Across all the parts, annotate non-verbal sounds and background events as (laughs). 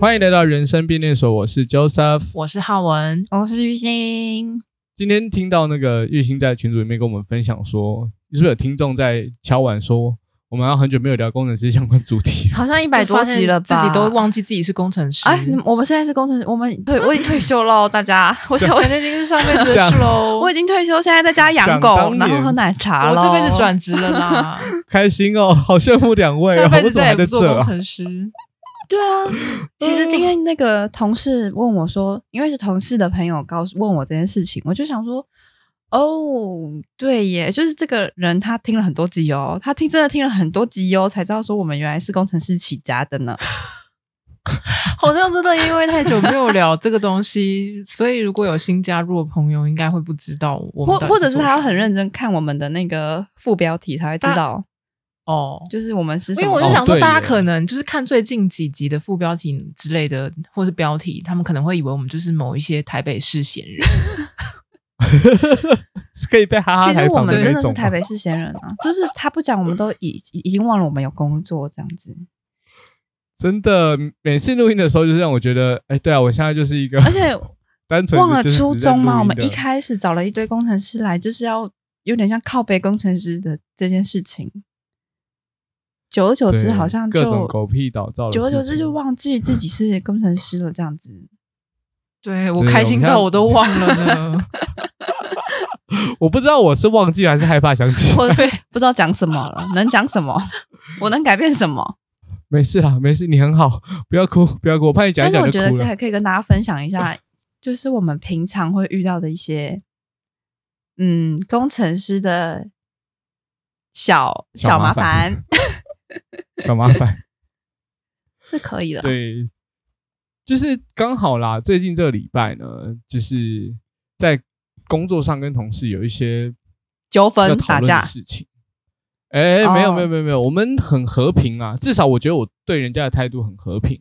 欢迎来到人生变电所，我是 Joseph。我是浩文，我是玉兴，今天听到那个玉兴在群组里面跟我们分享说，是不是有听众在敲碗说，我们要很久没有聊工程师相关主题 (laughs) 了？好像一百多集了吧？自己都忘记自己是工程师。哎， (laughs) 你们我们现在是工程师，我们退我已经退休了，哦大家，我想我反正已经是上辈子的事喽。我已经退休，现在在家养想狗当，然年后喝奶茶我了。这辈子转职了 (laughs) 啦，开心哦，好羡慕两位哦，上辈我子怎么再也还在不做这工啊？程师。(laughs) 对啊，其嗯实今天那个同事问我说，因为是同事的朋友告诉问我这件事情，我就想说，哦，对耶，就是这个人他听了很多集哦，他听真的听了很多集哦，才知道说我们原来是工程师起家的呢。好像真的因为太久没有聊这个东西，所以如果有新加入的朋友，应该会不知道我或们到底或者是做他什么要很认真看我们的那个副标题，他会知大道，哦。就是我们是什因为么。我就哦想说，对大家耶可能就是看最近几集的副标题之类的，或是标题，他们可能会以为我们就是某一些台北市闲人。是可以被哈哈其采实我访们真那的啊是种台吗。北市闲人啊，就是他不讲，我们都已已已经忘了我们有工作这样子。真的，每次录音的时候，就是让我觉得，哎，对啊，我现在就是一个而且 (laughs) 单纯忘了就是初只在衷嘛，录我音们的一开始找了一堆工程师来，就是要有点像靠背工程师的这件事情。久而久之，对好像就各种狗屁倒灶的事久情，而久之就忘记自己是工程师了，这样 (laughs) 子。对我对开我心们到看我都忘了呢。 (laughs) 我不知道我是忘记还是害怕想 (laughs) 起。或者是不知道讲什么了，能讲什么？ (laughs) 我能改变什么？没事啦，没事，你很好， (laughs) 不要哭，不要哭，我怕你讲但一是讲我就觉哭得了。嗯还可以跟大家分享一下，就是我们平常会遇到的一些，嗯，工程师的小小小麻麻烦烦 (laughs) 小麻烦。 (laughs) 是可以的。对，就是刚好啦。最近这个礼拜呢，就是在工作上跟同事有一些纠要纷讨打论的架，事情。哎、没有哦没有没有没有，我们很和平啊，至少我觉得我对人家的态度很和平。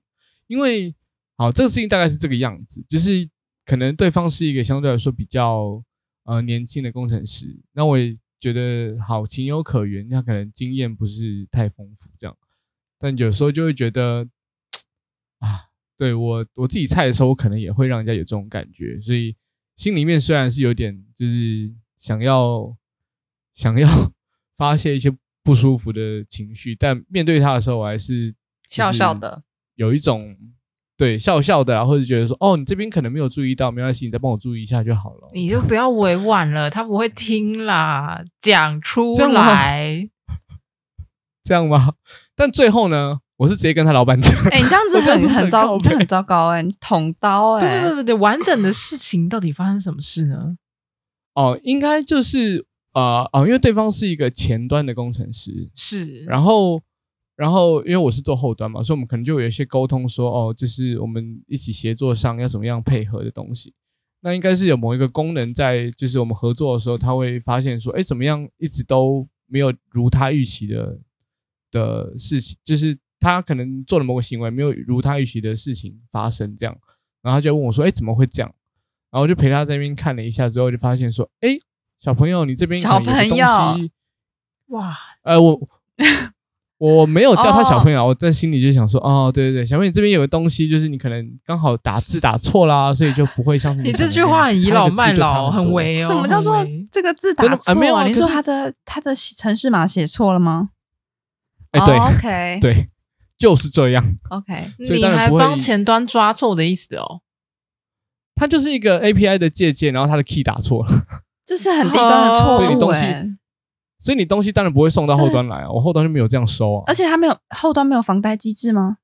因为好，这个事情大概是这个样子，就是可能对方是一个相对来说比较呃年轻的工程师，那我也觉得好情有可原，他可能经验不是太丰富这样，但有时候就会觉得啊，对我我自己菜的时候，我可能也会让人家有这种感觉，所以心里面虽然是有点就是想要想要 (laughs) 发泄一些不舒服的情绪，但面对他的时候，我还是笑笑的，有一种对笑笑的啊，或者觉得说哦，你这边可能没有注意到，没关系，你再帮我注意一下就好了。你就不要委婉了，他不会听啦，讲出这样吗来。这样吗？ (laughs) 但最后呢，我是直接跟他老板 (laughs) 讲，哎、你这样子我真的是很很很靠糟，背就很糟糕哎、你捅刀不哎、不不不对，完整的事情到底发生什么事呢？哦，应该就是啊哦，因为对方是一个前端的工程师，是，然后，然后因为我是做后端嘛，所以我们可能就有一些沟通说，哦，就是我们一起协作上要怎么样配合的东西。那应该是有某一个功能在，就是我们合作的时候，他会发现说，哎，怎么样一直都没有如他预期的的事情，就是他可能做了某个行为没有如他预期的事情发生，这样，然后他就问我说，哎，怎么会这样？然后我就陪他在那边看了一下之后，就发现说，哎，小朋友，你这边可能有个小朋友东西哇，呃， (laughs) 我我没有叫他小哦朋友啊，我在心里就想说，哦，对对对，小朋友你这边有个东西，就是你可能刚好打字打错啦，所以就不会像是你想的这那句样话很倚差一个老字卖就差老，很很多。为哦。什么叫做很微这个字真的打吗错、啊没有啊你可说是他的他的城市码写错了吗？哎、哦、对，OK，对，就是这样。 ，OK，所以你当然还不会帮前端抓错的意思哦，它就是一个 API 的借鉴，然后它的 key 打错了，这是很低端的错哦所以你误东西哎。所以你东西当然不会送到后端来嗯啊，我后端就没有这样收啊。而且他没有后端没有防呆机制吗？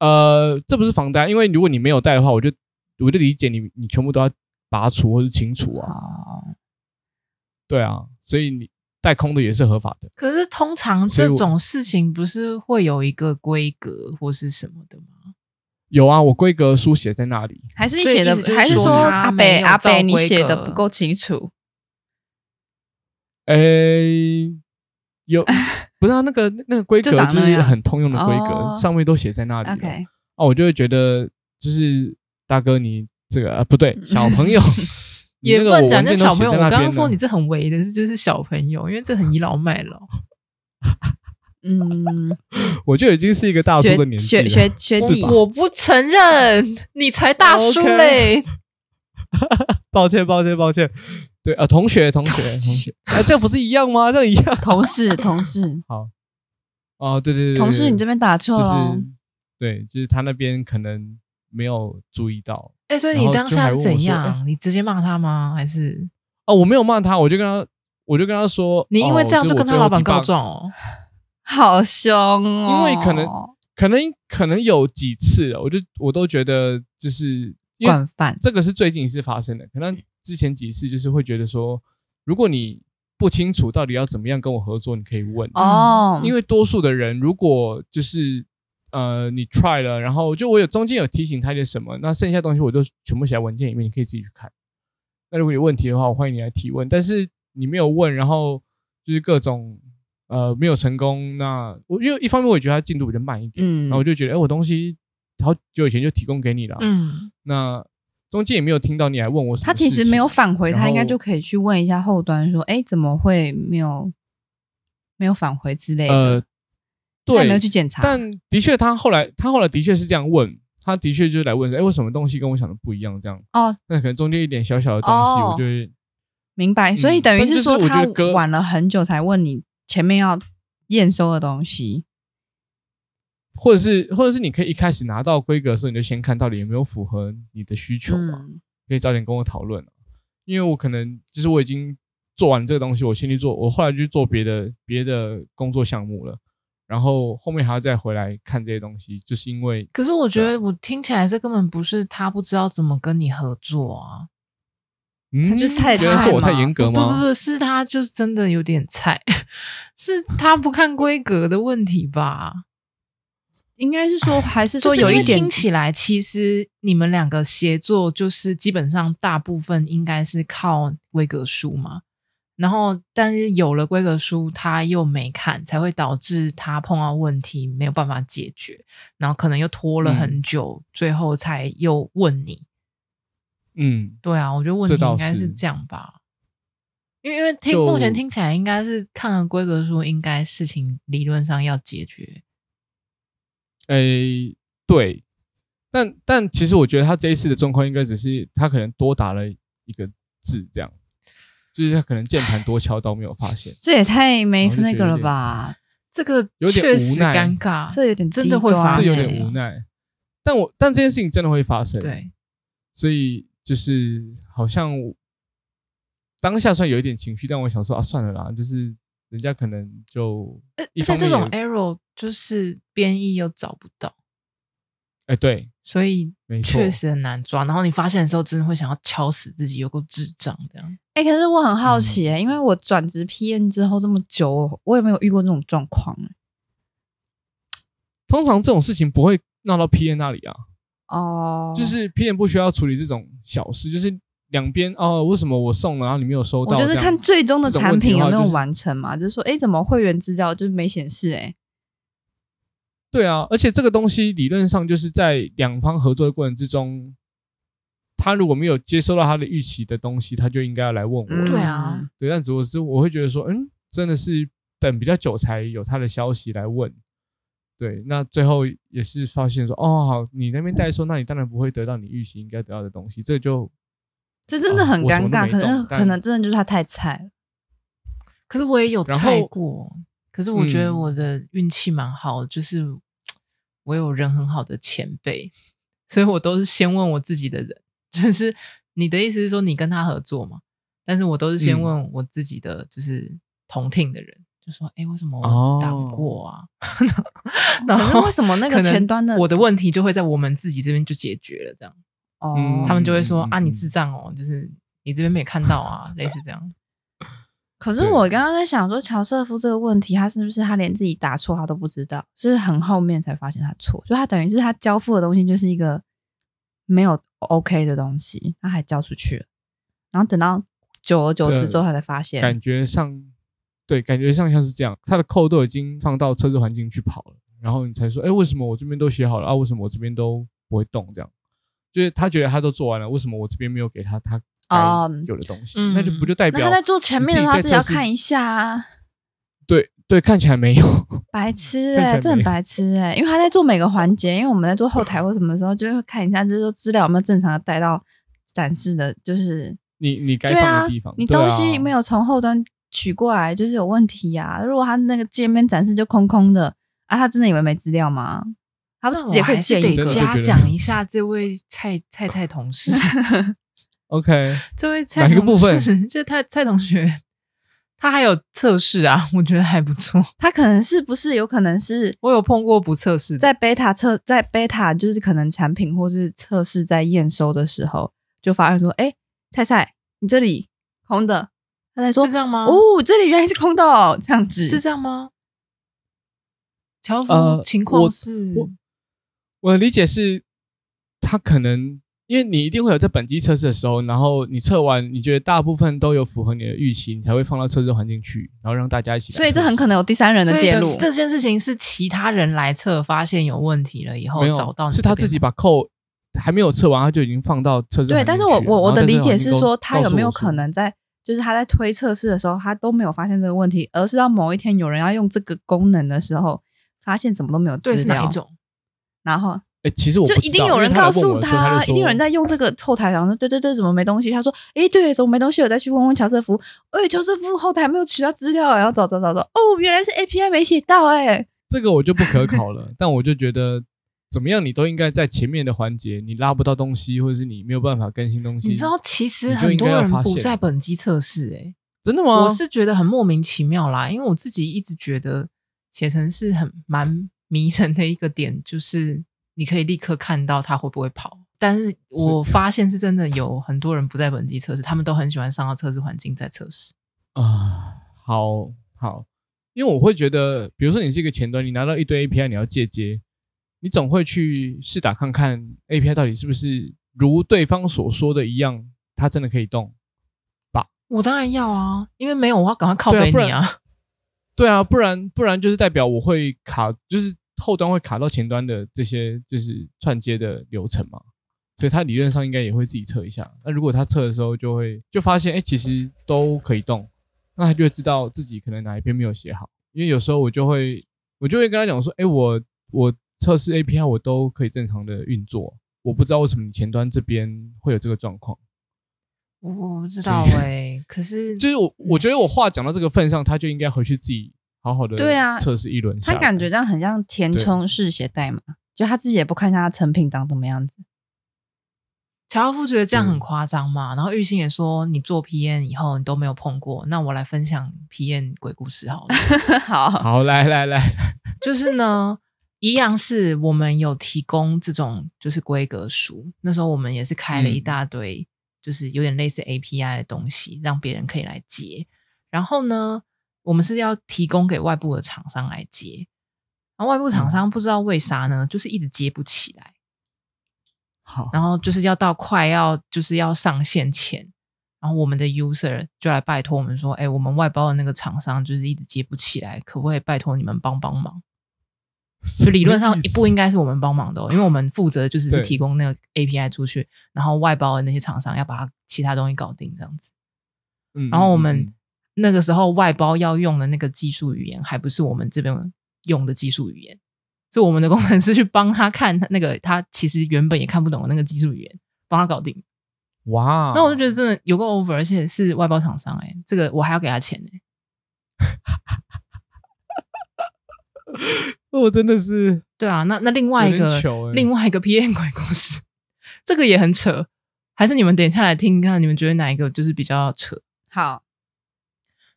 呃，这不是房贷，因为如果你没有带的话，我就我就理解你，你全部都要拔除或是清除啊，哦，对啊，所以你带空的也是合法的。可是通常所以这我种事情不是会有一个规格或是什么的吗？有啊，我规格书写在那里，还是你所以写的意思就，是还是说说他阿没北有阿照北你规写格的不够清楚？诶、 (laughs) 有不是、啊、那个那个规格就长就那是样很通用的规格，哦上面都写在那里了。 OK，哦，我就会觉得就是大哥你这个、啊、不对，嗯小朋 (laughs) 友你也那不个能我讲文这件都小朋写友，在我那刚边刚说了你这很为的，就是小朋友，因为这很倚老卖老。嗯，我就已经是一个大叔的年纪学了。 (laughs) 学学学是弟吧，我不承认，你才大叔 OK 嘞抱歉，抱歉，抱歉。对啊，同学，同学，同学，哎、这不是一样吗？这样一 (laughs) 样。 (laughs) 同事同事哦，对 (laughs) 对对对同事，对你这边打错就了是 (laughs) 哦。对，就是他那边可能没有注意到。哎、所以然你后当就下还是问我怎说样？你直接骂他吗？还是哦，我没有骂他，我就跟他，我就跟他说，你因为哦这样就就跟我他最后老板 debug 告状哦？好凶哦！因为可能可能可能有几次了，我就我都觉得就是因为惯犯，这个是最近一次发生的，可能之前几次就是会觉得说，如果你不清楚到底要怎么样跟我合作，你可以问，嗯哦，因为多数的人如果就是呃你 try 了，然后就我有中间有提醒他一些什么，那剩下东西我就全部写在文件里面，你可以自己去看。那如果有问题的话，我欢迎你来提问，但是你没有问，然后就是各种呃没有成功，那我因为一方面我也觉得他进度比较慢一点。嗯然后我就觉得，哎、我东西好久以前就提供给你了，嗯，那中间也没有听到你来问我什么他其事实情没有返回，然他应该后就可以去问一下后端说，哎，怎么会没有没有返回之类的呃？，他对也没有，去检查，但的确他后来他后来的确是这样问，他的确就是来问说，哎、为什么东西跟我想的不一样？这样，哦，那可能中间一点小小的东西，哦我就会明白。所以嗯等于但就是说我他觉得隔晚了很久才问你前面要验收的东西。或者是或者是你可以一开始拿到规格的时候，你就先看到底有没有符合你的需求嘛，嗯可以早点跟我讨论啊因为我可能就是我已经做完这个东西，我先去做，我后来就去做别的别的工作项目了，然后后面还要再回来看这些东西，就是因为可是我啊觉得我听起来这根本不是他不知道怎么跟你合作啊，嗯，他就是太觉得是菜我太嘛严格不不吗？不，是他就是真的有点菜， (laughs) 是他不看规格的问题吧？应该是说，还是就说是有因一为点听起来，其实你们两个协作就是基本上大部分应该是靠规格书嘛。然后，但是有了规格书，他又没看，才会导致他碰到问题没有办法解决，然后可能又拖了很久，最后才又问你。嗯，对啊，我觉得问这题倒应该是是这样吧。因为因为听就目前听起来应该是看了规格书，应该事情理论上要解决。诶、对，但但其实我觉得他这一次的状况应该只是他可能多打了一个字这样，就是他可能键盘多敲到没有发现，这也太没我就觉得那个有了点吧？这个有点确无实奈尴尬，这有点真的低会端欸发这有生点啊无奈。但我但这件事情真的会发生，对，所以就是好像我当下算有一点情绪，但我想说啊，算了啦，就是人家可能就而一而方且这面种也 error 就是编译又找不到，哎、对，所以没错确实很难抓。然后你发现的时候，真的会想要敲死自己，有个智障这样。哎、可是我很好奇、欸，因为我转职 PM 之后这么久，我也没有遇过这种状况、欸。通常这种事情不会闹到 P N 那里啊，哦，就是 P N 不需要处理这种小事，就是两边哦，为什么我送了，然后你没有收我到，就是这样看最终的这种产问题品的有话没有就是完成嘛，就是说，哎、怎么会员资料就是没显示、欸？哎，对啊，而且这个东西理论上就是在两方合作的过程之中，他如果没有接收到他的预期的东西，他就应该要来问我，嗯对啊，对，但只不过是我会觉得说，嗯，真的是等比较久才有他的消息来问。对，那最后也是发现说，哦，好，你那边代收，那你当然不会得到你预期应该得到的东西，这就这真的啊很我什尴么都尬。没可能懂但可能真的就是他太菜了。可是我也有然菜后过，可是我觉得嗯我的运气蛮好，就是我有人很好的前辈，所以我都是先问我自己的人。就是你的意思是说你跟他合作嘛？但是我都是先嗯问我自己的，就是同听的人，就说：“哎、为什么哦我打不过啊？”然可是后为什么那可个能前端的我的问题就会在我们自己这边就解决了，这样哦，嗯他们就会说嗯嗯啊，你嗯智障哦，就是你这边没看到 (laughs) 啊，类似这样。可是我刚刚在想说，乔瑟夫这个问题，他是不是他连自己打错他都不知道，是很后面才发现他错，所以他等于是他交付的东西就是一个没有 OK 的东西，他还交出去了，然后等到久而久之之后，他才发现感觉上，对，感觉上像是这样，他的扣都已经放到测试环境去跑了，然后你才说，哎，为什么我这边都写好了啊？为什么我这边都不会动？这样，就是他觉得他都做完了，为什么我这边没有给他他哦该有的东西？那就不就代那表他在做前面的话，自己要看一下啊。对对，看起来没有， (laughs) 白痴看起哎、来嗯没这很有白痴哎、因为他在做每个环节，因为我们在做后台或什么时候，就会看一下，就是说资料有没有正常的带到展示的，就是你你该对放啊的地方，，你对东西没啊有从后端取过来，就是有问题呀、如果他那个界面展示就空空的，啊，他真的以为没资料吗？他不那直我接可以还是建一得真的个就觉嘉得奖一下这位蔡蔡蔡 (laughs) 同事， OK，这位蔡哪一个同部分事 (laughs) 就蔡蔡同学，他还有测试啊，我觉得还不错。他可能是不是有可能是我有碰过不测试的，在 beta 测在 beta 就是可能产品或是测试在验收的时候，就发现说，哎、菜菜，你这里空的，他在说是这，样吗？哦，这里原来是空的、哦，这样子是这样吗？乔呃夫情况我是，我嗯我的理解是，他可能因为你一定会有在本机测试的时候，然后你测完，你觉得大部分都有符合你的预期，你才会放到测试环境去，然后让大家一起来测所试。以这很可能有第三人的所以介入。这件事情是其他人来测，发现有问题了以后没有找到你是这边他吗，自己把扣还没有测完，他就已经放到测试环境去对，了。但是我我我的然后在测理试解环境是中说，他告有诉没有我说可能在就是他在推测试的时候，他都没有发现这个问题，而是到某一天有人要用这个功能的时候，发现怎么都没有资对是哪料一，种？然后哎、其实我就不一知定道有因为人他来告问诉我的时候他，一定有人在。在用这个后台，然后说对对对，怎么没东西？他说，诶，对，怎么没东西？我再去问问乔瑟夫，哎，乔瑟夫后台没有取到资料，然后找找找找，哦，原来是 API 没写到，哎，这个我就不可考了，但我就觉得怎么样，你都应该在前面的环节，你拉不到东西，或者是你没有办法更新东西。你知道，其实你就很应该多要人发不现在本机测试、欸，真的吗？我是觉得很莫名其妙啦，因为我自己一直觉得写程式很蛮迷人的一个点，就是你可以立刻看到它会不会跑。但是我发现是真的有很多人不在本机测试，他们都很喜欢上到测试环境再测试。啊，好好，因为我会觉得，比如说你是一个前端，你拿到一堆 API，你要借接，你总会去试打看看 API 到底是不是如对方所说的一样，它真的可以动。我当然要啊，因为没有我要赶快靠对啊北不你然啊。对啊，不然不然就是代表我会卡，就是后端会卡到前端的这些就是串接的流程嘛，所以它理论上应该也会自己测一下。那如果他测的时候就会就发现，哎、其实都可以动，那他就会知道自己可能哪一篇没有写好。因为有时候我就会我就会跟他讲说，哎、我我测试 API 我都可以正常的运作，我不知道为什么你前端这边会有这个状况。我我不知所道以哎、可是就是我嗯我觉得我话讲到这个份上，他就应该回去自己好好的对啊测试一轮下他来。感觉这样很像填对充式写代码，就他自己也不看一下他成品长什么样子。 (laughs) 乔夫觉得这样很嗯夸张嘛，然后玉兴也说你做 PN 以后你都没有碰过，那我来分享 PN 鬼故事好了。 (laughs) (laughs) 好，好，来来来，就是呢，一样是我们有提供这种就是规格书，那时候我们也是开了一嗯大堆，就是有点类似 API 的东西，让别人可以来接。然后呢，我们是要提供给外部的厂商来接，然后外部嗯厂商不知道为啥呢，就是一直接不起来，好，然后就是要到快要就是要上线前。然后我们的 user 就来拜托我们说，哎，我们外包的那个厂商就是一直接不起来，可不可以拜托你们帮帮忙？就理论上不应该。该是我们帮忙的、哦，因为我们负责就是是对提供那个 API 出去，然后外包的那些厂商要把它其他东西搞定这样子。嗯然后我嗯们嗯那个时候外包要用的那个技术语言，还不是我们这边用的技术语言，是我们的工程师去帮他看那个他其实原本也看不懂的那个技术语言，帮他搞定。哇，那我就觉得真的有个 over，而且是外包厂商哎、这个我还要给他钱哎、得我真的是对啊，那那另外一有个点糗欸另外一个 P N (laughs) 鬼故事，这个也很扯，还是你们等一下来听看，你们觉得哪一个就是比较扯？好，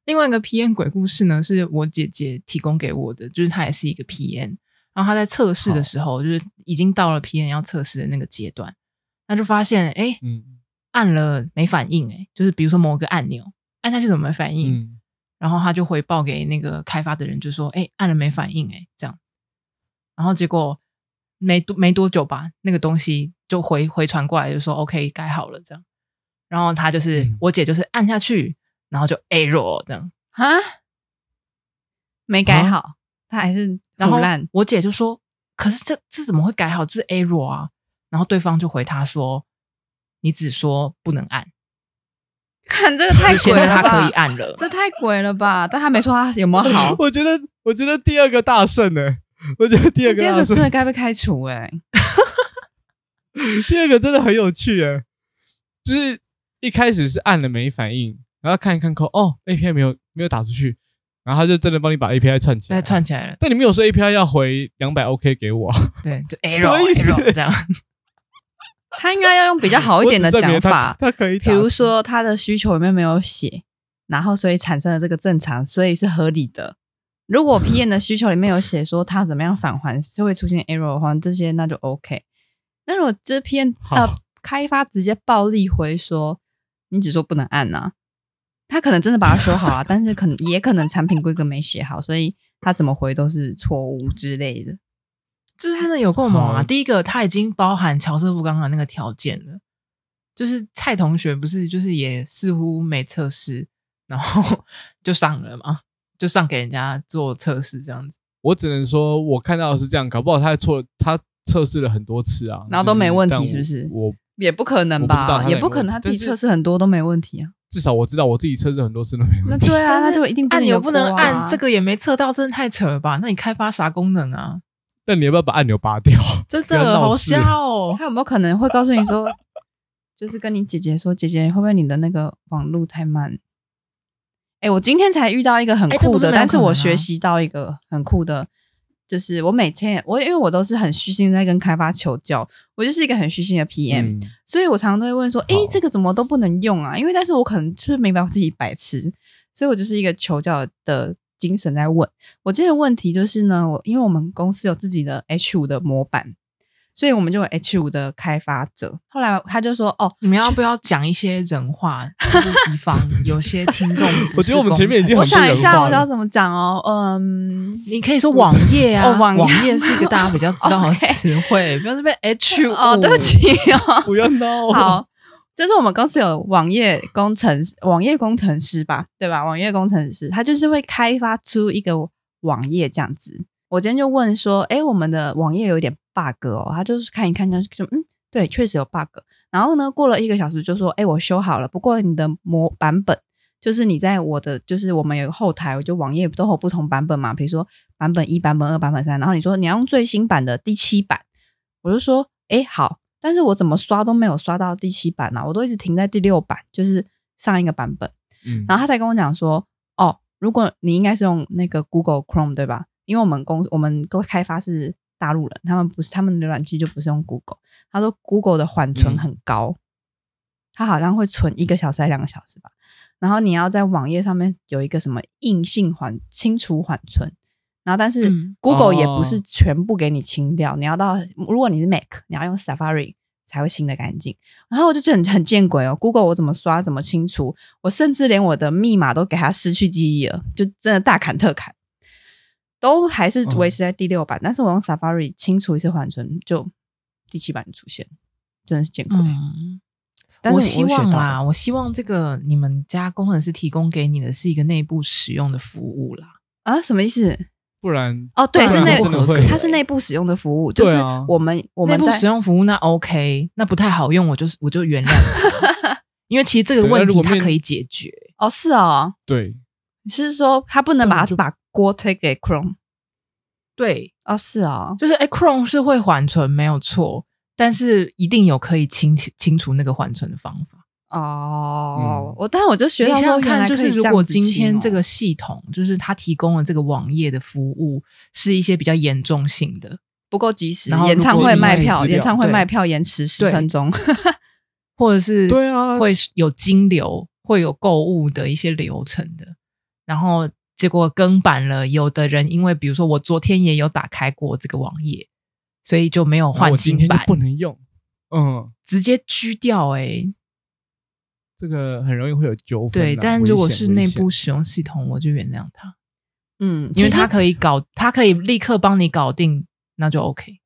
另外一个 P N 鬼故事呢，是我姐姐提供给我的，就是她也是一个 P N，然后她在测试的时候，就是已经到了 P N 要测试的那个阶段，她就发现哎、诶嗯按了没反应哎、诶就是比如说某个按钮按下去怎么没反应，嗯然后他就回报给那个开发的人，就说：“哎，按了没反应，哎，这样。”然后结果没多没多久吧，那个东西就回回传过来，就说：“OK，改好了。”这样。然后他就是、嗯我姐，就是按下去，然后就 error 这样。啊，没改啊，好，他还是然腐后 (laughs) 烂。我姐就说：“可是这这怎么会改好？这是 error (laughs) 啊！”然后对方就回他说：“你只说不能按。”看这个太现鬼在他了可以 (laughs) 吧？按了，啊这太鬼了吧？但他没说他有没有好我觉得，我觉得第二个大胜呢、我觉 (laughs) 得第二个第二大个胜真， (laughs) 的该被开除哎、欸。第二个真的很有趣哎、就是一开始是按了没反应，然后看一看扣哦 API 没有没有打出去，然后他就真的帮你把 API 串起来。对，串起来了，但你没有说 API 要回两百 OK 给我啊，对，就什么 error 意思 error 这样，他应该要用比较好一点的我只证讲明他法，他可以打，比如说他的需求里面没有写，然后所以产生了这个正常，所以是合理的。如果 P N 的需求里面有写说他怎么样返还就会出现 error 的话，这些那就 OK。那如果这是 P N 呃好开发直接暴力回说，你只说不能按呐、他可能真的把它修好啊，但是可能也可能产品规格没写好，所以他怎么回都是错误之类的。就是真的有够猛啊！好第一个，他已经包含乔瑟夫刚刚那个条件了，就是蔡同学不是就是也似乎没测试，然后 (laughs) 就上了嘛，就上给人家做测试这样子。我只能说我看到的是这样，搞不好他错他测试了很多次啊，然后都没问题就是不是但我我也不可能我不知道他吧，有没也有不可能，他自己但是测试很多都没问题啊。至少我知道我自己测试很多次都没那问题。 (laughs) 对啊，但那是就一定按钮不能过啊按，这个也没测到，真的太扯了吧？那你开发啥功能啊？那你要不要把按钮拔 (laughs) 掉？真不要的闹好事瞎哦！他有没有可能会告诉你说， (laughs) 就是跟你姐姐说，姐姐会不会你的那个网络太慢？哎、我今天才遇到一个很哎这酷不是的，没有但是可能我啊学习到一个很酷的，就是我每天我因为我都是很虚心在跟开发求教，我就是一个很虚心的 PM，、嗯所以我常常都会问说，哎、好？这个怎么都不能用啊？因为但是我可能就是没办法自己白痴，所以我就是一个求教的精神在问。我今天的问题就是呢，我因为我们公司有自己的 H 五的模板，所以我们就有 H 五的开发者。后来他就说，哦，你们要不要讲一些人话，就是以防有些听众我觉得我们前面已经我很不想一人下，话我了要怎么讲哦，嗯。你可以说网页啊，哦网页页是一个大家比较知道的词 (laughs) 汇，不要这边 H 五。哦，对不，起哦， (laughs) 不要闹。好，就是我们公司有网页工程网页工程师吧，对吧？网页工程师他就是会开发出一个网页这样子。我今天就问说，哎，我们的网页有一点 bug 哦，他就是看一看，他就嗯，对，确实有 bug。然后呢，过了一个小时就说，哎，我修好了，不过你的模版本。就是你在我的，就是我们有个后台，我就网页都有不同版本嘛，比如说版本一、版本二、版本三，然后你说你要用最新版的第七版，我就说，诶，好，但是我怎么刷都没有刷到第七版啊，我都一直停在第六版，就是上一个版本。嗯然后他才跟我讲说，哦，如果你应该是用那个 Google Chrome 对吧？因为我们公我们公开发是大陆人，他们不是他们浏览器就不是用 Google。他说 Google 的缓嗯存很高，它好像会存一个小时还两个小时吧。然后你要在网页上面有一个什么硬性缓清除缓存，然后但是嗯 Google 哦也不是全部给你清掉，你要到如果你是 Mac，你要用 Safari 才会清的干净。然后我就觉得很很见鬼哦，Google 我怎么刷怎么清除，我甚至连我的密码都给它失去记忆了，就真的大砍特砍，都还是嗯维持在第六版。但是我用 Safari 清除一次缓存，就第七版就出现，真的是见鬼。嗯，但是我希我学望到啦，了我希望这个你们家工程师提供给你的是一个内部使用的服务啦。啊，什么意思？不然哦，对，不是然内就真的会它是内部使用的服务，就是对啊我们我内们部在使用服务那 OK，那不太好用，我就是我就原谅 (laughs) 你，因为其实这个对问那如题果它面可以解决。哦是哦，对，你是说他不能那我把就把锅推给 Chrome？对，哦是哦，就是哎，Chrome 是会缓存没有错，但是一定有可以清清除那个缓存的方法。哦嗯，我但我就学你到想说，想原来看，就可是以如这样果子今清天哦这个系统，就是它提供了这个网页的服务，是一些比较严重性的，不够及时然后，演如唱果会你卖可以票，资料演唱会对卖票延迟十对分钟， (laughs) 或者是对啊会有金流，会有购物的一些流程的，然后结果更版了，有的人因为比如说我昨天也有打开过这个网页，所以就没有然后换我今新天就版，不能用。嗯，直接狙掉哎、欸这个很容易会有纠纷啊。对，但危如果险是危内险部使用系统，我就原谅他，嗯，因为其实他可以搞，他可以立刻帮你搞定，那就 OK。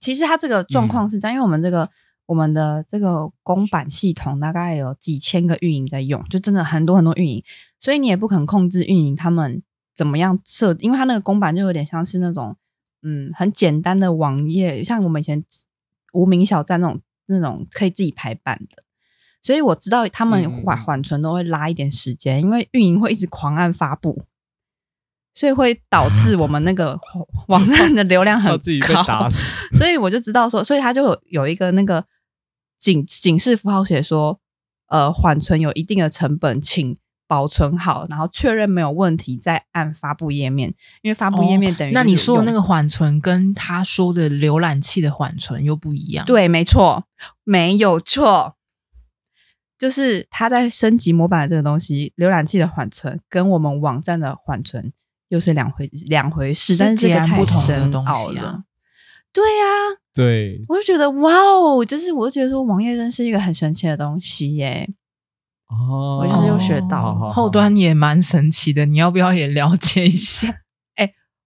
其实它这个状嗯况是这样，因为我们这个我们的这个公版系统大概有几千个运营在用，就真的很多很多运营，所以你也不可能控制运营他们怎么样设，因为它那个公版就有点像是那种嗯很简单的网页，像我们以前无名小站那种那种可以自己排版的，所以我知道他嗯嗯们嗯缓缓存都会拉一点时间，因为运营会一直狂按发布，所以会导致我们那个 (laughs) 网站的 (laughs) 流量很怕高，自己被打死。所以我就知道说，所以他就有有一个那个警警示符号写说，呃，缓存有一定的成本，请保存好，然后确认没有问题再按发布页面，因为发布页面等于、哦那你说的那。个缓存跟他说的浏览器的缓存又不一样。，对，没错，没有错，就是它在升级模板的这个东西，浏览器的缓存跟我们网站的缓存又是两回两回事，是但是这截个然太不同的深东奥西啊了。对啊呀、对，我就觉得哇哦，就是我就觉得说网页真是一个很神奇的东西耶。哦， (laughs) 我就是又学到好好好后端也蛮神奇的，你要不要也了解一下？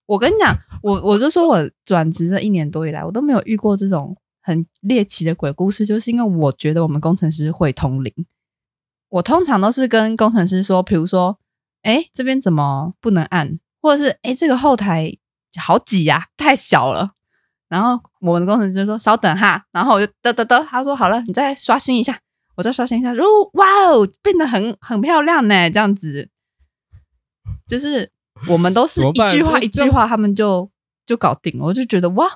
我跟你讲，我我就说我转职这一年多以来，我都没有遇过这种很猎奇的鬼故事，就是因为我觉得我们工程师会通灵。我通常都是跟工程师说，比如说，哎，这边怎么不能按，或者是哎，诶这个后台好挤呀、太小了。然后我们的工程师就说稍等哈，然后我就得得得，他说好了，你再刷新一下，我再刷新一下，说哇哦，变得很很漂亮呢，这样子，就是我们都是怎么一办句话这一句话，他们就就搞定了，我就觉得哇，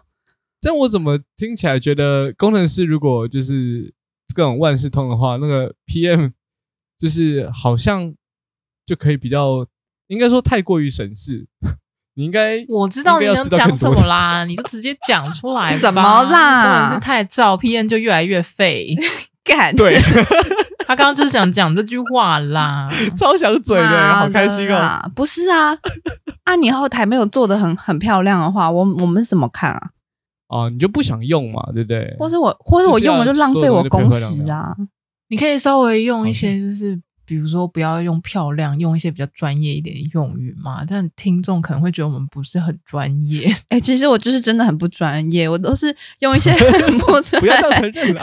但我怎么听起来觉得工程师如果就是各种万事通的话，那个 PM 就是好像就可以比较，应该说太过于省事。 (laughs) 你应该 (laughs) 我知道你应该要想知道讲更什多么啦，你就直接讲出来 (laughs) 吧。什么啦根本是太照 p n 就越来越废。干对，他刚刚就是想讲这句话啦。 (laughs) 超想嘴的，好开心啊妈的哦！啦！不 (laughs) 是啊，啊，你后台没有做的很很漂亮的话，我我们是怎么看啊？哦，你就不想用嘛，对不对？或是我或是我就是要用了就浪费我工所有时的啊？你可以稍微用一些，就是比如说不要用漂亮，用一些比较专业一点的用语嘛。但听众可能会觉得我们不是很专业，哎、其实我就是真的很不专业，我都是 (laughs) 用一些很不专不要再承 (laughs) 认了，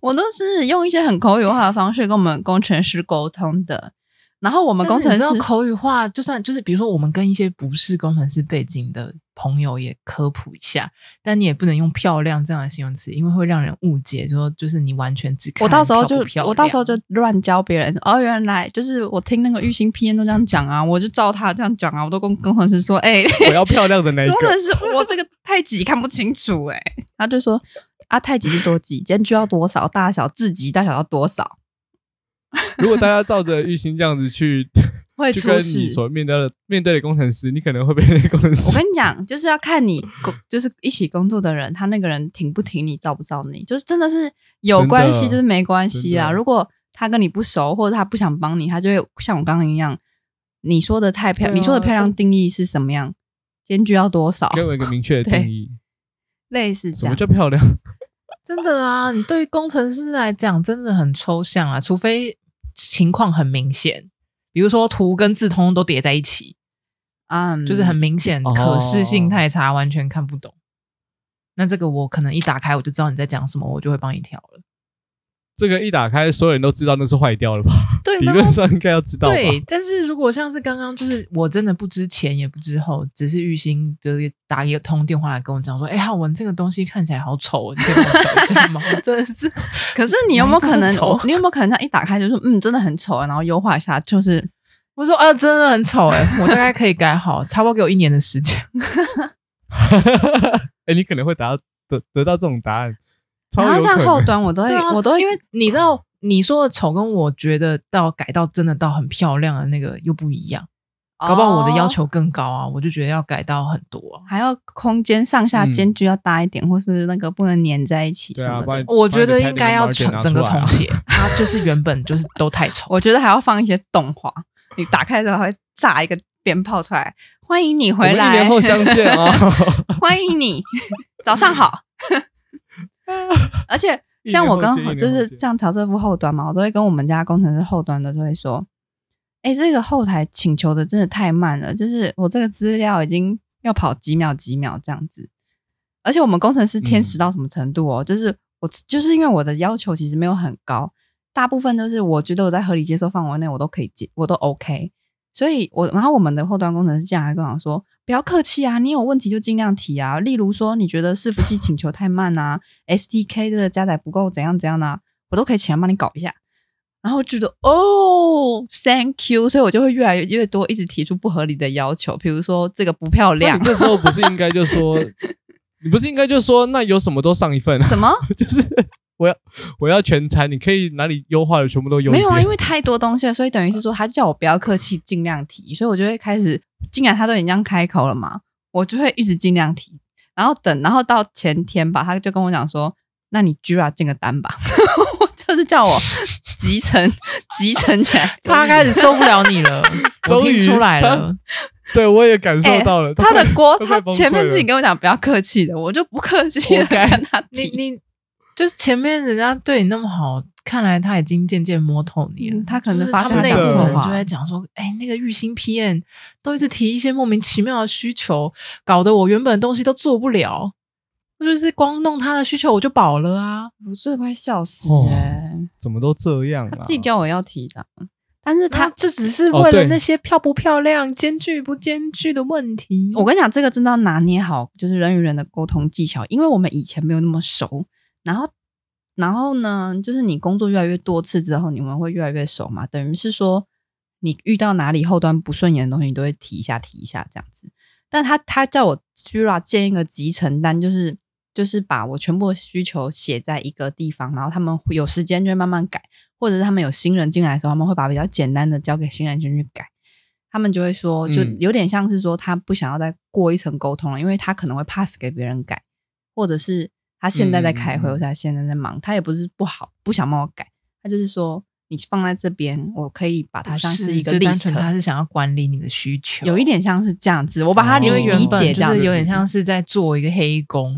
我都是用一些很口语化的方式跟我们工程师沟通的。然后我们工程但是你知师道口语化，就算就是比如说我们跟一些不是工程师背景的朋友也科普一下，但你也不能用漂亮这样的形容词，因为会让人误解说就是你完全只看我到时候漂就不漂亮我到时候就乱教别人哦，原来就是我听那个玉兴 P N 都这样讲啊，我就照他这样讲啊，我都跟工程师说，哎、我要漂亮的那一工个。程师我这个太极看不清楚哎、 (laughs) 他就说啊，太极是多极，间距要多少，大小字极大小要多少，如果大家照着玉兴这样子 (laughs) 去，会去出跟你事。所面对的面对的工程师，你可能会被那个工程我师跟你讲，就是要看你工，就是一起工作的人，他那个人挺不挺你，罩不罩你，就是真的是有真的关系，就是没关系真啦。的如果他跟你不熟，或者他不想帮你，他就会像我刚刚一样，你说的太漂，对啊你说的漂亮定义是什么样，间距要多少，给我一个明确的定义，类似这什么样。叫漂亮？真的啊，你对于工程师来讲真的很抽象啊，除非情况很明显，比如说图跟字通通都叠在一起，嗯，就是很明显哦可视性太差，完全看不懂。那这个我可能一打开我就知道你在讲什么，我就会帮你调了。这个一打开，所有人都知道那是坏掉了吧？对，理那论上应该要知道吧？对，但是如果像是刚刚，就是我真的不知前也不知后，只是玉兴就是打一个通电话来跟我讲说，哎、浩文这个东西看起来好丑哦，你可以帮我调一下 (laughs) 吗？我真的是， (laughs) 可是你有没有可能很丑？你有没有可能这样一打开就是嗯，真的很丑啊，然后优化一下，就是我说啊，真的很丑哎、我大概可以改好，差不多给我一年的时间。哎、你可能会达到得得到这种答案，超然后有可像能。后端我都会，对啊，我都会因为你知道你说的丑跟我觉得到改到真的到很漂亮的那个又不一样。搞不好我的要哦求更高啊，我就觉得要改到很多啊。还要空间上下嗯间距要大一点，或是那个不能粘在一起对什啊么，把的。你我觉得应该要把你的重 padding margin 整个拿出来啊重写，它就是原本就是都太丑。我觉得还要放一些动画，你打开的时候会炸一个鞭炮出来，欢迎你我们回一来年，后相见 (laughs) 啊、哦！欢迎你， (laughs) 早上好。 (laughs) 而且像我跟一年后见就是像乔瑟夫后端嘛，我都会跟我们家工程师后端的就会说，哎、这个后台请求的真的太慢了，就是我这个资料已经要跑几秒几秒这样子。而且我们工程师天嗯使到什么程度哦？就是我就是因为我的要求其实没有很高，大部分都是我觉得我在合理接受范围内我都可以接，我都 OK。所以我，然后我们的后端工程师进来跟我说，不要客气啊，你有问题就尽量提啊。例如说，你觉得伺服器请求太慢啊，SDK 的加载不够，怎样怎样的啊、我都可以请人帮你搞一下。然后觉得哦，Thank you，所以我就会越来越多，一直提出不合理的要求，比如说这个不漂那亮你，这时候不是应该就 (laughs) 说，你不是应该就说，那有什么都上一份啊？ (laughs) 什么就是我要我要全餐，你可以哪里优化的全部都优。没有啊？因为太多东西了，所以等于是说，他叫我不要客气，尽量提。所以我就会开始，既然他都已经这样开口了嘛，我就会一直尽量提。然后等，然后到前天吧，他就跟我讲说：“那你 Gira 进个单吧。” (laughs) 就是叫我集成集成起来。他开始受不了你 (laughs) 了，我终于听出来了。 (laughs) 对我也感受哎到了，他的锅，他他快崩溃前面了自己跟我讲不要客气的，我就不客气的活该跟他你提。你就是前面人家对你那么好，看来他已经渐渐摸透你了。嗯他可能就是发他现们他内讲部错的人话就在讲说，哎、那个玉兴 PM 都一直提一些莫名其妙的需求，搞得我原本的东西都做不了。就是光弄他的需求我就饱了啊！我真的快笑死哦哎、怎么都这样他啊？自己叫我要提的，但是他他就只是哦为了对那些漂不漂亮、间距不间距的问题。我跟你讲，这个真的要拿捏好，就是人与人的沟通技巧，因为我们以前没有那么熟，然后，然后呢，就是你工作越来越多次之后，你们会越来越熟嘛，等于是说你遇到哪里后端不顺眼的东西，你都会提一下提一下这样子。但他他叫我 Jira 建一个集成单，就是就是把我全部的需求写在一个地方，然后他们会有时间就会慢慢改，或者是他们有新人进来的时候，他们会把比较简单的交给新人进去改。他们就会说，就嗯有点像是说他不想要再过一层沟通了，因为他可能会 pass 给别人改，或者是他现在在开嗯会，嗯嗯或者他现在在忙，他也不是不好，不想帮我改，他就是说你放在这边，我可以把它不像是一个就单纯 list，他是想要管理你的需求，有一点像是这样子，我把它哦理因为原啊理本解这就样子，是有点像是在做一个黑 (laughs) 工，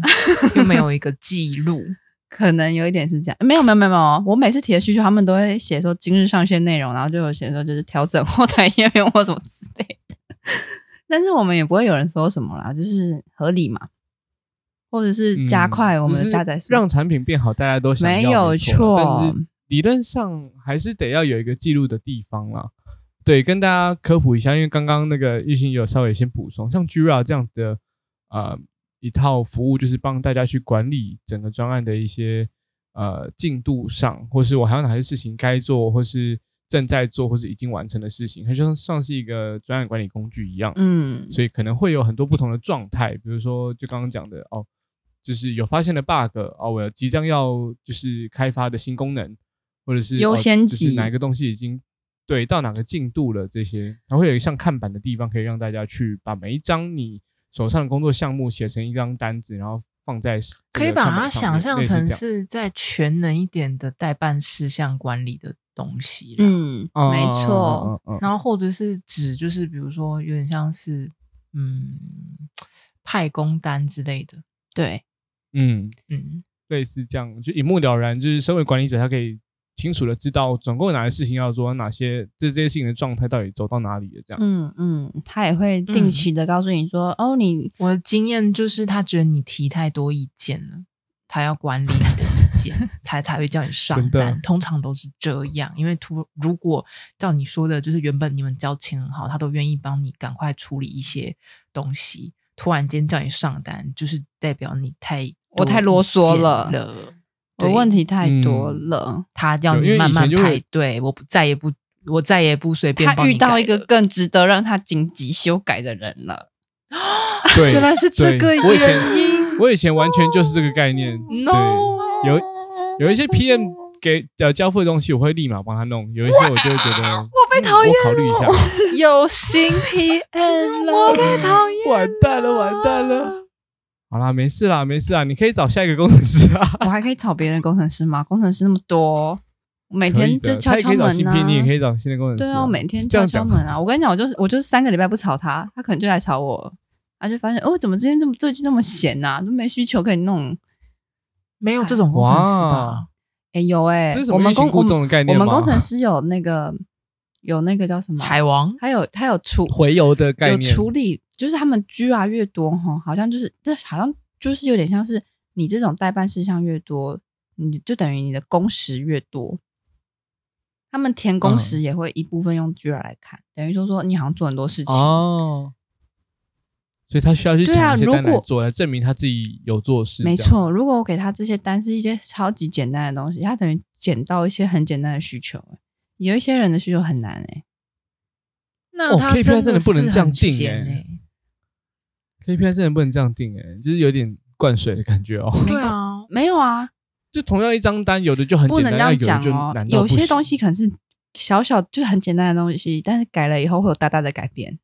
又没有一个记录。可能有一点是这样，没有没有没有没有，我每次提的需求，他们都会写说今日上线内容，然后就有写说就是调整后台页面或什么之类的。 (laughs) 但是我们也不会有人说什么啦，就是合理嘛，或者是加嗯快我们的加载嗯就速是度。让产品变好，大家都想要没有没错但是理论上还是得要有一个记录的地方啦。对，跟大家科普一下，因为刚刚那个玉兴也有稍微先补充，像 Jira 这样的呃一套服务，就是帮大家去管理整个专案的一些呃进度上，或是我还有哪些事情该做，或是正在做，或是已经完成的事情，它就像像是一个专案管理工具一样。嗯，所以可能会有很多不同的状态，比如说就刚刚讲的哦，就是有发现的 bug 哦，我即将要就是开发的新功能，或者是优先级哦就是哪一个东西已经对到哪个进度了，这些它会有一个像看板的地方，可以让大家去把每一张你手上的工作项目写成一张单子，然后放在 (laughs) 这个可以把看它板上想面象类似成这样是在全能一点的代办事项管理的东西啦，嗯，哦没哦错，哦哦哦然后或者是指就是比如说有点像是嗯派工单之类的，对，嗯，嗯，类似这样，就一目了然，就是身为管理者，他可以清楚的知道总共有哪些事情要做，哪些这这些事情的状态到底走到哪里了，这哦样。(laughs) 嗯嗯，他也会定期的告诉你说，嗯哦，你我的经验就是他觉得你提太多意见了，他要管理你的 (laughs) 意见，才才会叫你上真的单。通常都是这样，因为突如果照你说的，就是原本你们交情很好，他都愿意帮你赶快处理一些东西，突然间叫你上单，就是代表你太我多太啰嗦意见了了我对问题太多嗯了。他要有因为你以慢慢前就会排队，我不再也不我再也不随便他帮你遇到改一个了更值得让他紧急修改的人了。对，原来是这对个我以前原因我以前完全就是这个概念。哦，no。对，有有一些 PM 给呃交付的东西，我会立马帮他弄；有一些我就会觉得我被讨厌我考虑一下， (laughs) 有新 PM 了，讨 (laughs) 厌，完蛋了，完蛋了。好啦，没事啦，没事啦，你可以找下一个工程师啊。我还可以找别人工程师吗？工程师那么多，我每可以天的就敲他也敲可以找新门啊。片，你也可以找新的工程师、对啊，我每天这敲样敲讲门啊。我跟你讲，我就是我就是三个礼拜不吵他，他可能就来吵我，他就发现哦，怎么今天这么最近这么闲呐、都没需求可以弄。没有这种工程师吧哇？哎、有哎、这是什我么们欲工擒我故们纵的概我念吗？们工程师有那个有那个叫什么？海王他有他有处回游的概有念，处理，就是他们 G R 越多哈，好像就是这好像就是有点像是你这种代办事项越多，你就等于你的工时越多。他们填嗯工时也会一部分用 G R 来看，等于说说你好像做很多事情，哦，所以他需要去对抢啊一些如单来果做，来证明他自己有做事。没这样，错，如果我给他这些单是一些超级简单的东西，他等于捡到一些很简单的需求。欸有一些人的需求很难哎、那哦他 KPI 真的的不能是这样很定闲欸欸 KPI 真的不能这样定诶、就是有点灌水的感觉哦。没对关啊，没有啊，就同样一张单，有的就很不简能单，这那样有的讲就哦难。到有不些行东西可能是小小就很简单的东西，但是改了以后会有大大的改变，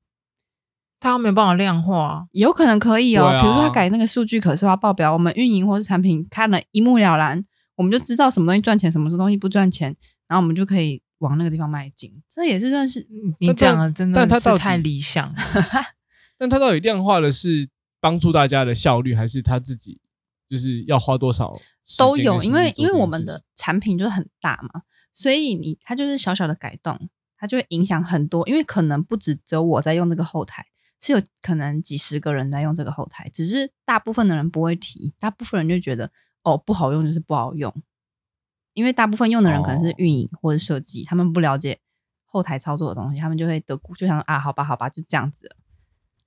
他没有办法量化，有可能可以哦。对啊比如说他改那个数据可视化报表，我们运营或是产品看了一目了然，我们就知道什么东西赚钱，什么东西不赚钱，然后我们就可以往那个地方迈进。这也是算是你你但讲的真但的他到是底太理想了。但他到底量化的是帮助大家的效率，还是他自己就是要花多少时间都跟有，心因力为做因为这我件们事的情产品就是很大嘛，所以你它就是小小的改动，它就会影响很多。因为可能不止只有我在用这个后台，是有可能几十个人在用这个后台，只是大部分的人不会提，大部分人就觉得哦不好用就是不好用，因为大部分用的人可能是哦运营或者设计，他们不了解后台操作的东西，他们就会得就想啊好吧好吧就这样子了，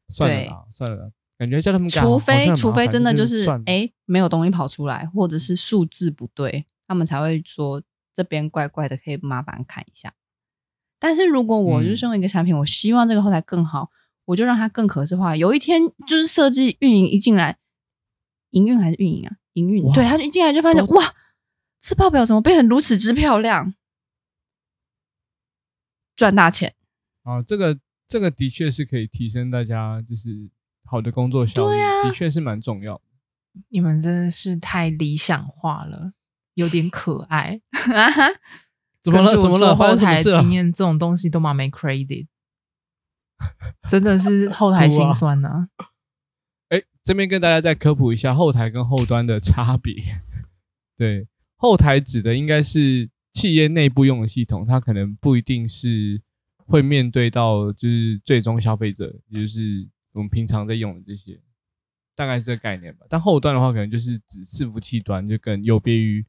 算了对啦，算了啦，感觉叫他们改好除好像很非麻除非烦真的就就是算了哎、诶没有东西跑出来，或者是数字不对，他们才会说这边怪怪的，可以麻烦看一下。但是如果我嗯就是身为一个产品，我希望这个后台更好，我就让它更可视化。有一天就是设计运营一进来，营运还是运营啊？营运哇对，他就一进来就发现哇，这报表怎么变成如此之漂亮？赚大钱， (laughs) 啊，这个这个的确是可以提升大家就是好的工作效率，对啊的确是蛮重要的。你们真的是太理想化了，有点可爱。 (laughs) 怎么了？根据怎么我了？做发后生什么台事啊了经？验这种东西都蛮没 credit，真的是后台啊心酸啊呢、哎，这边跟大家再科普一下后台跟后端的差别。 (laughs) 对，后台指的应该是企业内部用的系统，它可能不一定是会面对到就是最终消费者，也就是我们平常在用的这些，大概是这个概念吧。但后端的话，可能就是指伺服器端，就更有别于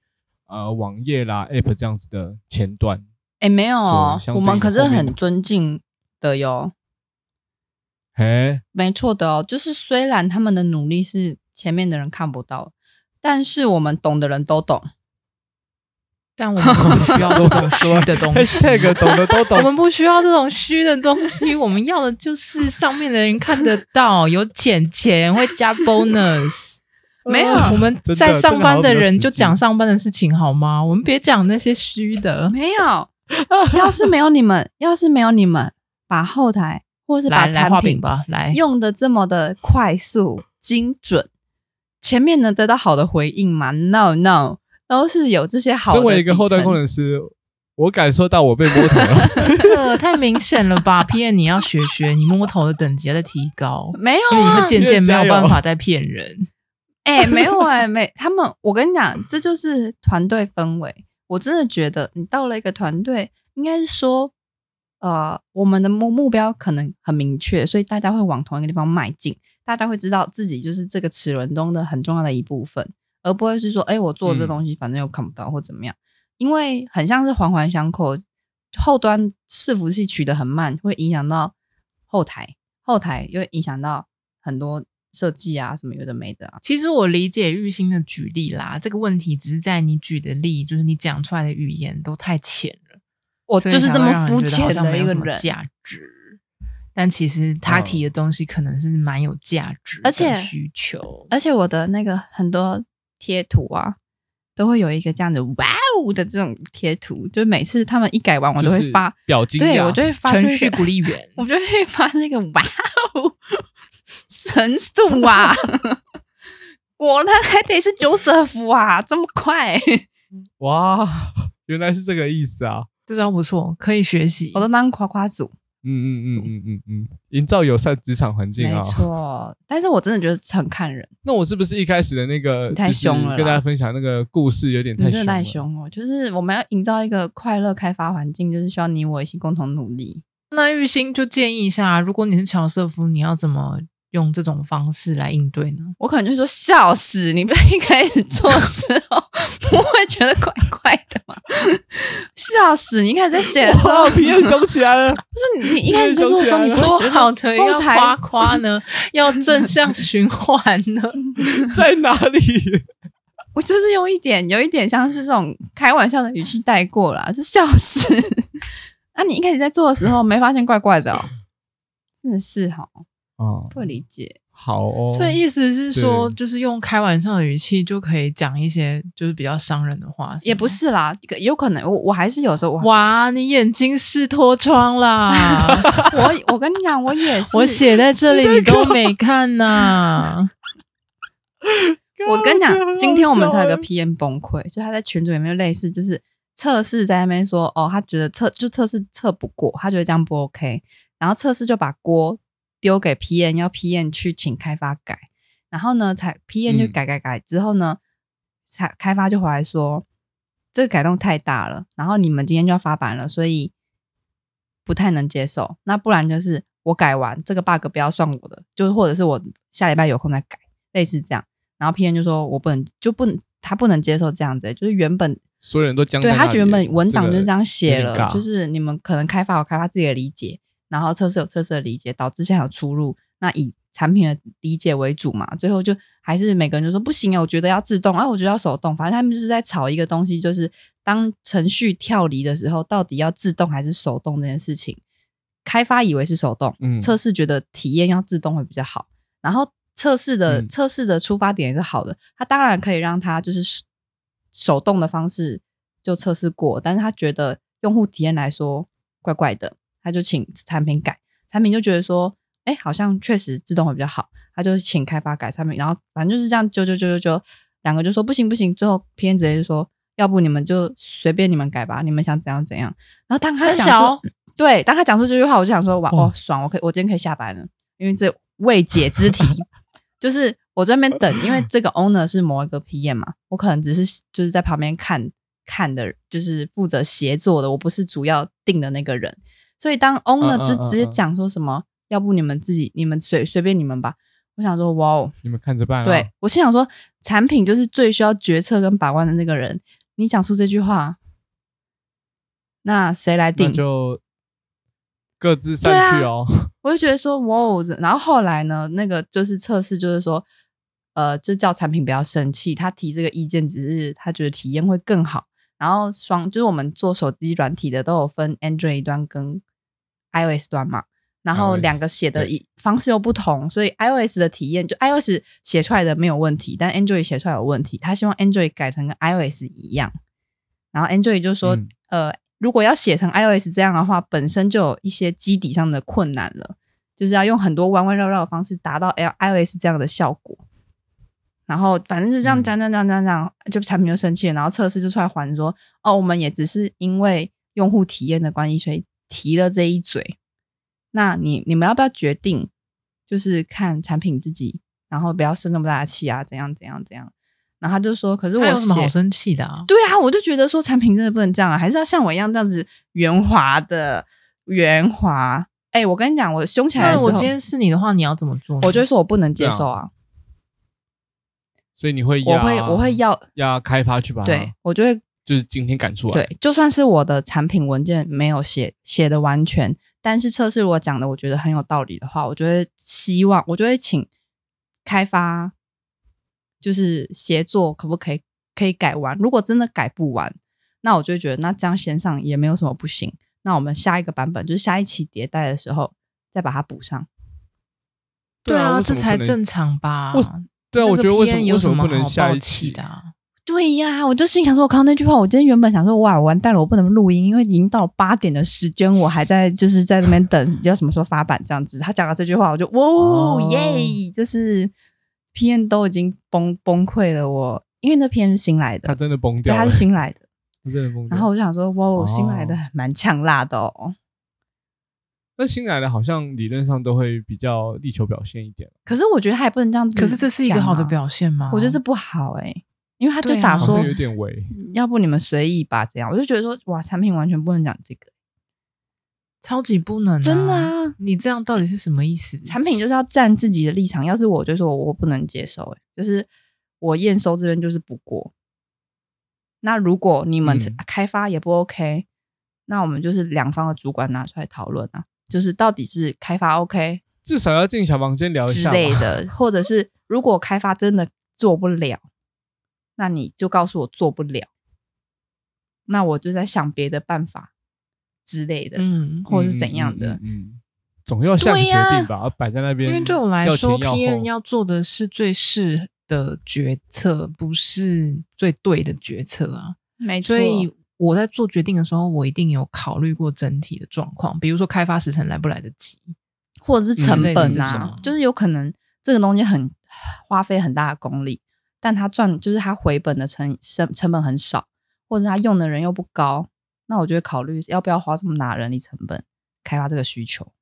呃网页啦、App 这样子的前端。哎、没有所哦以，相我对们于可是后面很尊敬的哟。哎，没错的哦，就是虽然他们的努力是前面的人看不到，但是我们懂的人都懂，但我们不哦 (laughs) 需要这种虚的东西。这个懂的都我懂。们不需要这种虚的东西，我们要的就是上面的人看得到，有捡钱会 (laughs) 加 bonus。哦没有我们真的在上班的人就这个好像比较实际讲上班的事情好吗？我们别讲那些虚的。没 (laughs) 有。要是没有你们，要是没有你们把后台或是把来来产画饼品吧，来用的这么的快速精准，前面能得到好的回应吗？No No，都是有这些好的。身为一个后端工，程师，我感受到我被摸头 (laughs) 了。这个太明显了吧？P N，你要学学，你摸头的等级要再提 (laughs) 高，没因有啊为你会渐渐没加有油办法再骗人。哎、没有哎、没他们，我跟你讲，这就是团队氛围。我真的觉得，你到了一个团队，应该是说，呃，我们的目目标可能很明确，所以大家会往同一个地方迈进，大家会知道自己就是这个齿轮中的很重要的一部分，而不会是说，哎、我做这嗯东西反正又看不到或怎么样，因为很像是环环相扣，后端伺服器取得很慢，会影响到后台，后台又会影响到很多设计啊什么有的没的啊。其实我理解玉兴的举例啦，这个问题只是在你举的例，就是你讲出来的语言都太浅了，我所以就是才这会么让人肤觉得好浅像的没一有个什么人，嗯价值。但其实他提的东西可能是蛮有价值的而且呃需求，而且我的那个很多贴图啊，都会有一个这样子哇哦的这种贴图，就每次他们一改完，我都就会是发，表情，对我就会发出程一序个鼓励 (laughs) 员我就会发那个哇哦，神速啊！ (laughs) 果然还得是 Joseph 啊，这么 (laughs) 快，哇，原来是这个意思啊！这招不错，可以学习我。都当夸夸组，嗯嗯嗯嗯嗯嗯，营造友善职场环境没啊。错。但是我真的觉得很看人，那我是不是一开始的那个你太就是凶了啦跟大家分享那个故事有点你太真凶的太了凶哦！就是我们要营造一个快乐开发环境，就是需要你我一起共同努力。那玉兴就建议一下，如果你是乔瑟夫，你要怎么用这种方式来应对呢？我可能就说笑死，你不是一开始做之后不会觉得怪怪的吗？笑死，你一开始在写的时候，哇，皮也肿起 (laughs) 来了。就你你一开始在做的时候，你你不也会说觉得好的后要台夸夸呢， (laughs) 要正 (laughs) 向循环呢，在哪里？我就是用一点有一点像是这种开玩笑的语气带过啦，就笑死。 (laughs) 啊，你一开始在做的时候没发现怪怪的哦，真的是哈，哦，不理解。好哦。所以意思是说，对就是用开玩笑的语气就可以讲一些就是比较伤人的话，吗也不。是啦，有可能我我还是有时候我哇，你眼睛是脱窗 (laughs) 啦！我我跟你讲，我也是，我写在这里，你都没 (laughs) 看呐、我跟你讲干这个，今天我们才有个好笑欸 PM 崩溃，就他在群组里面类似就是测试在那边说，哦，他觉得测就测试测不过，他觉得这样不 OK，然后测试就把锅丢给 PM，要 PM 去请开发改，然后呢，才 PM 就嗯改改改、之后呢，才开发就回来说这个改动太大了，然后你们今天就要发版了，所以不太能接受，那不然就是我改完这个 bug 不要算我的，就是或者是我下礼拜有空再改，类似这样。然后 P N 就说我不能就不能，他不能接受这样子、欸就是原本所有人都僵在对那里。他原本文档就是这样写有了，点尬就是你们可能开发有开发自己的理解，然后测试有测试的理解，导致现在有出入。那以产品的理解为主嘛，最后就还是每个人就说不行啊，我觉得要自动啊，我觉得要手动，反正他们就是在吵一个东西，就是当程序跳离的时候，到底要自动还是手动这件事情。开发以为是手动，嗯测试觉得体验要自动会比较好。然后测试的、嗯测试的出发点也是好的，他当然可以让他就是手手动的方式就测试过，但是他觉得用户体验来说怪怪的，他就请产品改，产品就觉得说，哎，好像确实自动会比较好，他就请开发改产品，然后反正就是这样揪揪揪揪揪，两个就说不行不行，最后 P N 直接就说。要不你们就随便你们改吧，你们想怎样怎样。然后当他三讲小出对，当他讲出这句话，我就想说，哇，哇哦，爽，我可以，我今天可以下班了，因为这未解 (laughs) 之题，就是我在那边等，因为这个 owner 是某一个 PM 嘛，我可能只是就是在旁边看看的，就是负责协作的，我不是主要定的那个人，所以当 owner 嗯就直接嗯嗯讲说什么，要不你们自己，你们随随便你们吧，我想说，哇哦，你们看着办啊。对，我心想说，产品就是最需要决策跟把关的那个人，你讲出这句话，那谁来那定？啊就各自散去哦。我就觉得说，哇哦！然后后来呢，那个就是测试，就是说，呃，就叫产品不要生气，他提这个意见，只是他觉得体验会更好。然后双就是我们做手机软体的都有分 Android 端跟 iOS 端嘛，然后 iOS 两个写的对一方式又不同，所以 iOS 的体验就 iOS 写出来的没有问题，但 Android 写出来有问题。他希望 Android 改成跟 iOS 一样，然后 Android 就说，嗯呃，如果要写成 iOS 这样的话，本身就有一些基底上的困难了，就是要用很多弯弯绕绕的方式达到 L iOS 这样的效果。然后反正就这样嗯讲讲讲讲讲，就产品就生气了，然后测试就出来还说，哦，我们也只是因为用户体验的关系，所以提了这一嘴。那你你们要不要决定，就是看产品自己，然后不要生那么大的气啊，怎样怎样怎样。然后他就说，可是这我有什么写好生气的啊？对啊，我就觉得说产品真的不能这样啊，还是要像我一样这样子圆滑的圆滑。哎、我跟你讲，我凶起来的那时候，我今天是你的话，你要怎么做呢？我就会说我不能接受啊，所以你会我压，会我会要，压开发去吧。对，我就会就是今天赶出来。对，就算是我的产品文件没有写写的完全，但是测试我讲的我觉得很有道理的话，我就会希望，我就会请开发就是协作，可不可以可以改完？如果真的改不完，那我就会觉得那这样先上也没有什么不行。那我们下一个版本就是下一期迭代的时候再把它补上。对啊，为什这么才不能正常吧？为对啊，那我个觉得为什 PN 么有为什么不能好下爆一气期的？啊？对呀，我就心想说，我看到那句话，我今天原本想说，哇，完蛋了，我不能录音，因为已经到八点的时间，我还在就是在那边等，要什么时候发版这样子。他讲了这句话，我就哇、哦耶，就是 P N 都已经崩崩溃了我，因为那 P N 是新来他的，真的崩对，掉他了，是新来的，他真的崩掉。然后我就想说，哇，哦新来的蛮呛辣的哦。那新来的好像理论上都会比较力求表现一点。可是我觉得他也不能这样子、可是这是一个好的，表现吗？啊我觉得这不好哎、因为他就对啊打好说像有点违，要不你们随意吧，这样我就觉得说，哇，产品完全不能讲这个。超级不能、真的啊。你这样到底是什么意思？产品就是要站自己的立场，要是我就说我不能接受、欸，就是我验收这边就是不过。那如果你们嗯开发也不 OK，、那我们就是两方的主管拿出来讨论啊，就是到底是开发 OK 至少要进小房间聊一之下类哦嘛。 (laughs) 的，或者是如果开发真的做不了，那你就告诉我做不了，那我就在想别的办法之类的，嗯，或者是怎样的。嗯，嗯嗯总要下个对决呀定吧，摆在那边。因为对我来说要前，PN 后要做的是最适的决策，不是最对的决策啊。没错所，以我在做决定的时候，我一定有考虑过整体的状况，比如说开发时程来不来得及。或者是成之本类的这种啊，就是有可能这个东西很花费很大的功力，但它赚就是它回本的成成成本很少，或者它用的人又不高，那我就会考虑要不要花这么大的人力成本开发这个需求。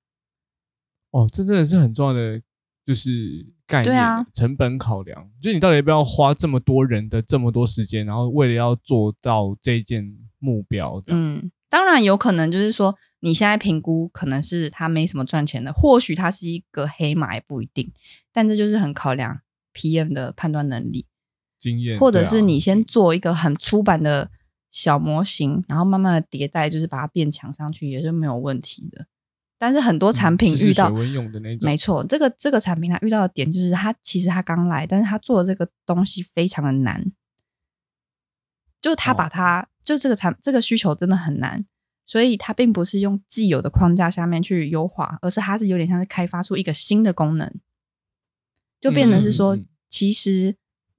哦，这真的是很重要的，就是概念、对啊成本考量，就是你到底要不要花这么多人的这么多时间，然后为了要做到这一件目标这样嗯，当然有可能就是说你现在评估可能是它没什么赚钱的，或许它是一个黑马也不一定，但这就是很考量 PM 的判断能力。经验，或对者啊是你先做一个很初版的小模型，然后慢慢的迭代，就是把它变强上去，也是没有问题的。但是很多产品嗯试试遇到水，温用的那种没错，这个这个产品它遇到的点就是它其实它刚来，但是它做的这个东西非常的难，就它把哦它、就这个产这个需求真的很难，所以它并不是用既有的框架下面去优化，而是它是有点像是开发出一个新的功能，就变成是说，嗯嗯嗯其实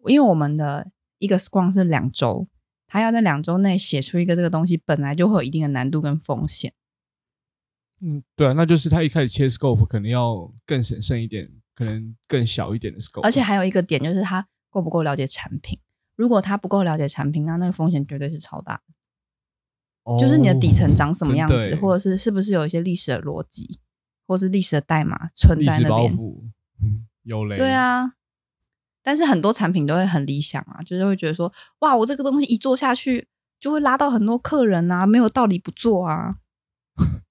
因为我们的一个 Scrum 是两周，它要在两周内写出一个这个东西本来就会有一定的难度跟风险。嗯，对啊，那就是他一开始切 scope 可能要更审慎一点，可能更小一点的 scope，而且还有一个点就是他够不够了解产品。如果他不够了解产品，那那个风险绝对是超大的。哦就是你的底层长什么样真子，的耶或者是是不是有一些历史的逻辑，或是历史的代码存哦历在史那包边。袱，嗯，有嘞，对，啊，但是很多产品都会很理想啊，就是会觉得说，哇，我这个东西一做下去就会拉到很多客人啊，没有道理不做啊。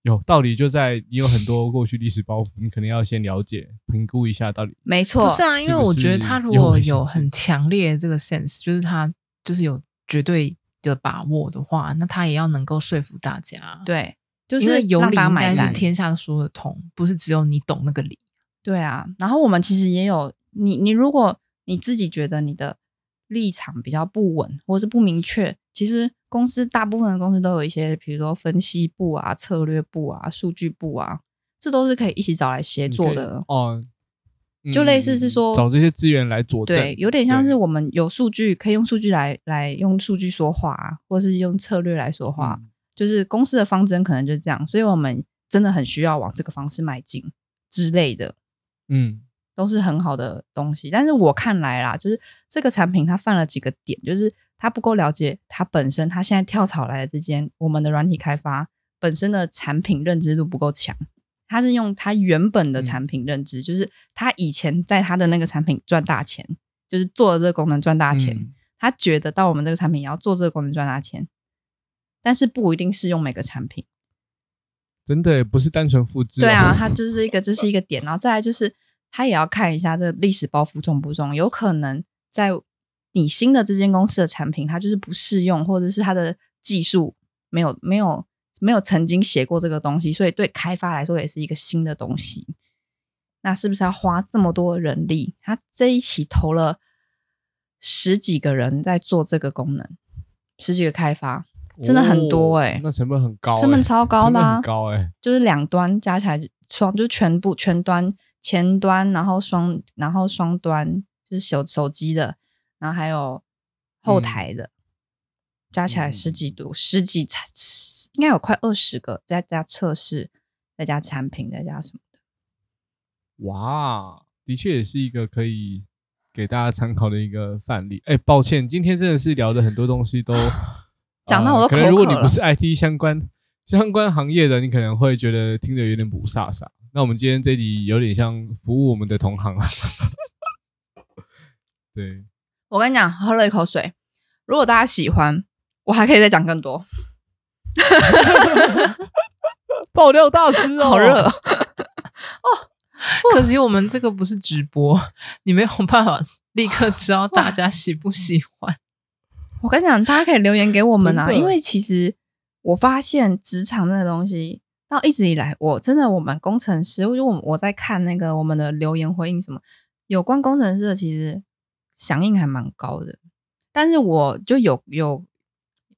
有道理就在你有很多过去历史包袱，你可能要先了解评估一下到底没不错，是啊，因为是不我觉是得他如又果会想有起很强烈的这个 sense，就是他就是有绝对的把握的话，那他也要能够说服大家。，对，就因是为有让理大家应买该单是。天下说得通，不是只有你懂那个理。对啊，然后我们其实也有你，你如果你自己觉得你的立场比较不稳或是不明确，其实公司大部分的公司都有一些，比如说分析部啊、策略部啊、数据部啊，这都是可以一起找来协你作可以的。哦，嗯就类似是说找这些资源来佐证，对，有点像是对我们有数据，可以用数据来来用数据说话、啊，或是用策略来说话。嗯就是公司的方针可能就是这样，所以我们真的很需要往这个方式迈进之类的。嗯，都是很好的东西。但是我看来啦，就是这个产品它犯了几个点，就是它不够了解它本身，它现在跳槽来的这间我们的软体开发本身的产品认知度不够强。它是用它原本的产品认知，就是它以前在它的那个产品赚大钱，就是做了这个功能赚大钱。嗯他觉得到我们这个产品也要做这个功能赚大钱，但是不一定适用每个产品。真的耶不是单纯复制，哦对啊，，它就是一个，这是一个点，然后再来就是，他也要看一下这个历史包袱重不重，有可能在你新的这间公司的产品，它就是不适用，或者是它的技术没有没有没有曾经写过这个东西，所以对开发来说也是一个新的东西。那是不是要花这么多人力？他这一期投了十几个人在做这个功能，十几个开发，真的很多哦欸那成本很高欸，成本超高成的本啊、很高哎，就是两端加起来双，就全部全端前端，然后双然后双端就是手手机的，然后还有嗯后台的，加起来十几度、十几应该有快二十个，再加测试，再加产品，再加什么的。哇，的确也是一个可以给大家参考的一个范例。哎，抱歉，今天真的是聊的很多东西都讲到呃我都可能如果口你渴不是 IT 相关相关行业的，你可能会觉得听着有点不飒飒。那我们今天这集有点像服务我们的同行啊。对，我跟你讲，喝了一口水，如果大家喜欢，我还可以再讲更多。爆料大师哦，好热，哦，可惜我们这个不是直播，你没有办法立刻知道大家喜不喜欢。我跟你讲，大家可以留言给我们啊，真的因为其实我发现职场那个东西，到一直以来，我真的我们工程师，我就我我在看那个我们的留言回应什么，有关工程师的，其实响应还蛮高的。但是我就有有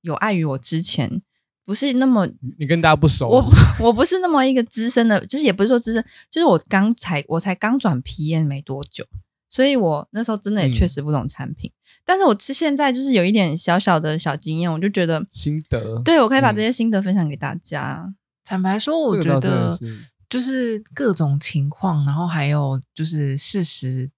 有碍于我之前不是那么你跟大家不熟，我我不是那么一个资深的，就是也不是说资深，就是我刚才我才刚转 PM 没多久，所以我那时候真的嗯也确实不懂产品。但是我是现在就是有一点小小的小经验，我就觉得，心得，对我可以把嗯这些心得分享给大家。坦白说，这我个觉倒真的得是就是各种情况，然后还有就是事实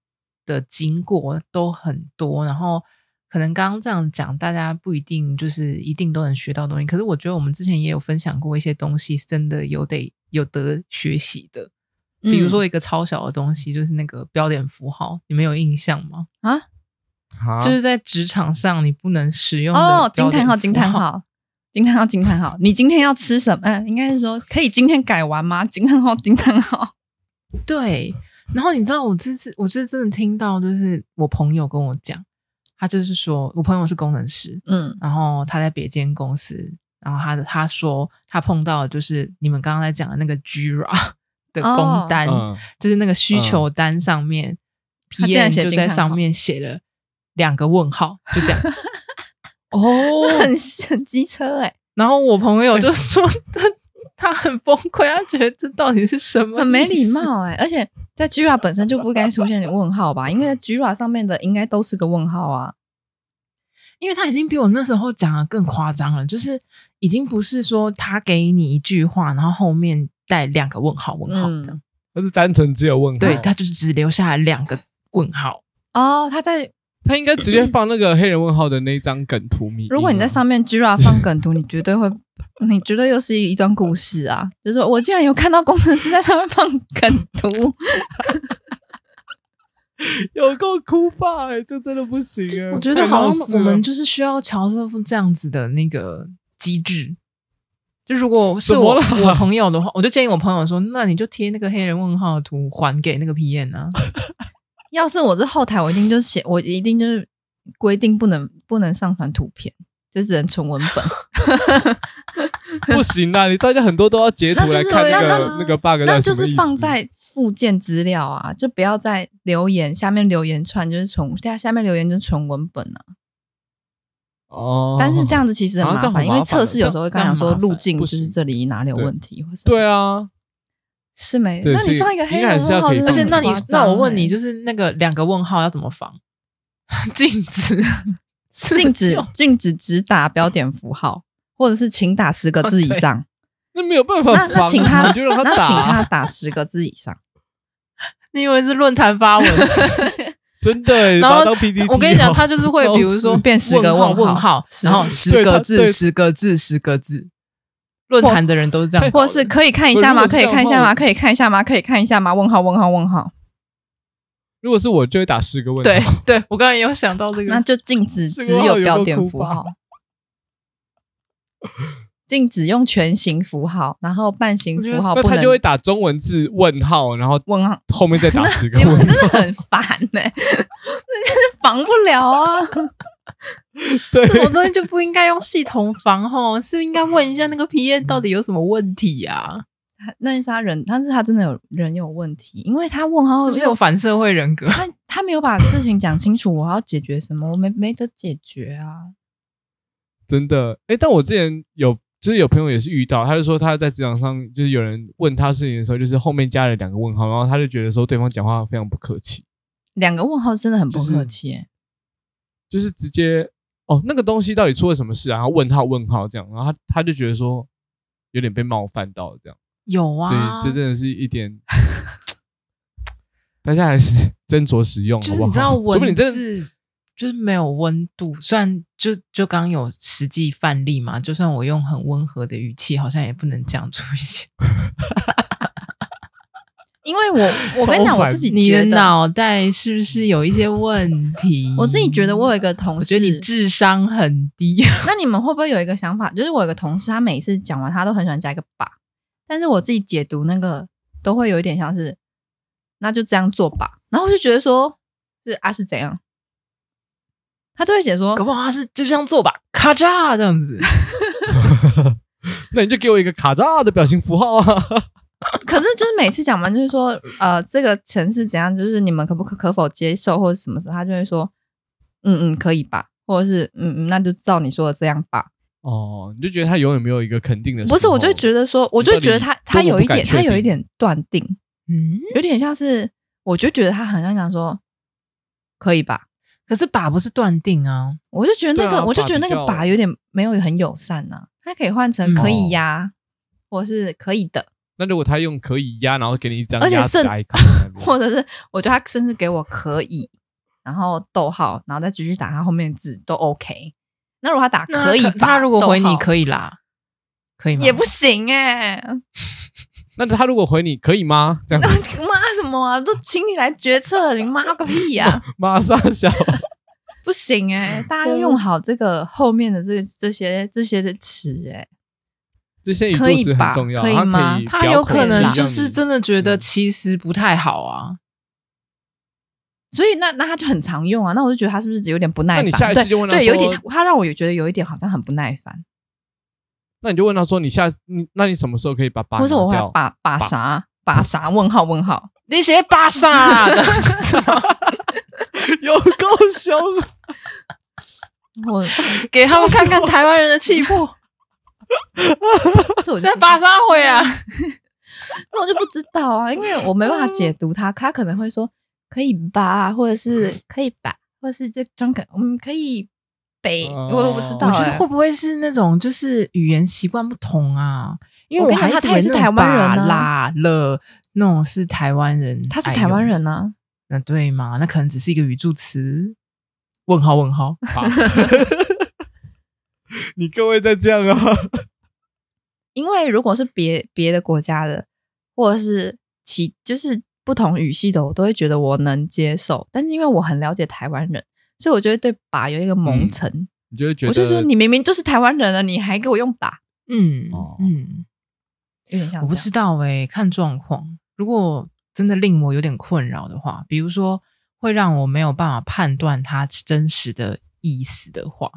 的经过都很多，然后可能刚刚这样讲，大家不一定就是一定都能学到东西。可是我觉得我们之前也有分享过一些东西，是真的有得有得学习的，比嗯如说一个超小的东西，就是那个标点符号，你们有印象吗？啊，啊就是在职场上你不能使用的哦，惊标点叹号，符惊叹，号，惊叹号，惊叹号，你今天要吃什么？嗯、应该是说可以今天改完吗？惊叹号，惊叹号， (laughs) 对。然后你知道我这次我这次真的听到，就是我朋友跟我讲，他就是说我朋友是工程师，嗯然后他在别间公司，然后他的他说他碰到的就是你们刚刚在讲的那个 Jira (laughs) 的哦工单，嗯，就是那个需求单上面、他竟然 PM 写就惊在叹上号面写了两个问号，就 (laughs) 这样。 (laughs) 哦，很 (laughs) 很机车哎、然后我朋友就说 (laughs) 他他很崩溃，他觉得这到底是什么？很没礼。貌哎、而且在 Gira 本身就不该出现问号吧，因为 Gira 上面的应该都是个问号啊。因为他已经比我那时候讲的更夸张了，就是已经不是说他给你一句话，然后后面带两个问号问号嗯这样，他是单纯只有问号，对，他就是只留下来两个问号。哦，他在他应该直接放那个黑人问号的那一张梗图迷因啊。如果你在上面 Gira 放梗图，你绝对会， (laughs) 你绝对又是一段故事啊！就是我竟然有看到工程师在上面放梗图，有够哭发哎、这真的不行嗯哎、我觉得太好闹像事我们了就是需要乔瑟夫这样子的那个机制。就如果是怎我么我朋友的话，我就建议我朋友说，那你就贴那个黑人问号的图还给那个 P N 啊。要是我是后台，我一定就写，我一定就是规定不能不能上传图片，就只能存文本。不行啊！你大家很多都要截图来看那那就是个那个 bug，那到底就什么是意思放在附件资料啊，就不要在留言下面留言串，就是纯下下面留言就是纯文本啊。哦，但是这样子其实很麻啊这样烦，很因麻为烦测试有时候会跟他讲这说样很麻烦路径不就行是这里哪里有问题，或是对啊，是没？对那你所以放一个黑应该还人是要问号可以而真放的且很那夸张欸，你那我问你， (laughs) 就是那个两个问号要怎么防？ (laughs) 禁止， (laughs) 禁止禁止只打标点符 (laughs) 号，或者是请打十个字以上，那没有办法那防那啊，请 (laughs) 他你就让那打请他啊，打十个字以 (laughs) 上。 (laughs) 你以为是论坛发文？ (laughs) 真的、欸，然把后它当 PPT 我跟你讲，哦他就是会，比如说老师变十问个问号问号，是然后十对个他字、对十个字、十个字。论坛的人都是这样搞或的，是可以看一下吗？可以看一下吗？可以看一下吗？可以看一下吗？问号问号问号，如果是我就会打十个问题，对对，我刚才也有想到这那个，就禁止这只个号有有够标点符酷吧号， (laughs) 禁止用全形符号，然后半形我觉得符号那不他能就会打中文字问号，然后问号。后面再打十个你们问真号，的很烦呢、 (laughs) 欸，那真是防不了啊！对，这种东西就不应该用系统防吼，是不是应该问一下那个 P N 到底有什么问题啊？那是他人，但是他真的有人有问题，因为他问号是不是有反社会人格？他他没有把事情讲清楚，我要解决什么，我没没得解决啊。真的，哎、但我之前有就是有朋友也是遇到，他就说他在职场上就是有人问他事情的时候，就是后面加了两个问号，然后他就觉得说对方讲话非常不客气，两个问号真的很不就是客气、欸，就是直接哦那个东西到底出了什么事啊？然后问号问号这样，然后他他就觉得说有点被冒犯到这样，有啊所以这真的是一点。大家还是斟酌使用，就哦好不是好？你 (laughs) 知道除非文你真的字就是没有温度，虽然就就刚刚有实际范例嘛，就算我用很温和的语气，好像也不能讲出一些。因为我 (laughs) 我跟你讲，超烦我自己你觉的得，脑袋是不是有一些问题？ (laughs) 我自己觉得我有一个同我事觉得，你智商很低。那你们会不会有一个想法？就是我有一个同事，他每次讲完他都很喜欢加一个“吧”，但是我自己解读那个都会有一点像是，那就这样做吧。然后我就觉得说，是啊是怎样，他就会写说搞，不好他是就这样做吧，咔嚓这样子。那你就给我一个卡扎的表情符号啊！ (laughs) 可是就是每次讲完就是说，呃，这个城市怎样，就是你们可不可可否接受或者什么时候，他就会说，嗯嗯，可以吧，或者是嗯嗯，那就照你说的这样吧。哦，你就觉得他永远没有一个肯定的时候。不是，我就觉得说，我就觉得他他有一点，他有一点断定，嗯，有点像是，我就觉得他很像想说，可以吧？可是把不是断定啊，我就觉得那个，对啊我就觉得那个把比较把有点没有很友善呐、他可以换成嗯可以呀、或是可以的，那如果他用可以压，然后给你一张而且鸭子甚的 icon 在那边，或者是我觉得他甚至给我可以，然后逗号，然后再继续打他后面的字都 OK。那如果他打那可以吧，他如果回你以可以啦，可以吗？也不行哎、 (laughs) 那他如果回你可以吗？这样那 (laughs) 妈什么啊，都请你来决策，你妈个屁呀、 (laughs) 马上笑。不行哎、大家要嗯用好这个后面的这这些这些的词哎、这些语助可以词很吧重要，可以它吗可以他表有口可气能让就是你真的觉得嗯其实不太好啊。所以那那他就很常用啊。那我就觉得他是不是有点不耐那烦？你下一次就问他对对，有一点说，他让我有觉得有一点好像很不耐烦，那你就问他说：“你下你那你什么时候可以把把或者拿我会掉把把啥把啥问号 (laughs) 问号，你写巴萨啊 (laughs) 这样子吗有够凶，我给他们看看台湾人的气 (laughs) 魄，这我就在巴萨会啊。那我就不知道啊，因为我没办法解读他，他可能会说可以吧，或者是可以吧，或者是就装可嗯可以呗，哦我也不知道、我欸。觉得会不会是那种就是语言习惯不同啊？因为我跟你还讲他以他为也是那种台湾人啊把啦了那种是台湾人，他是台湾，人啊呢、那对吗？那可能只是一个语助词。问号问号，把你各位再这样啊， (laughs) 因为如果是别别的国家的，或者是其就是不同语系的，我都会觉得我能接受。但是因为我很了解台湾人，所以我就会对“把”有一个蒙嗯尘。你就会觉得我就说你明明就是台湾人了，你还给我用“把嗯哦嗯，”，有点像我不这样知道哎、看状况。如果真的令我有点困扰的话，比如说会让我没有办法判断他真实的意思的话，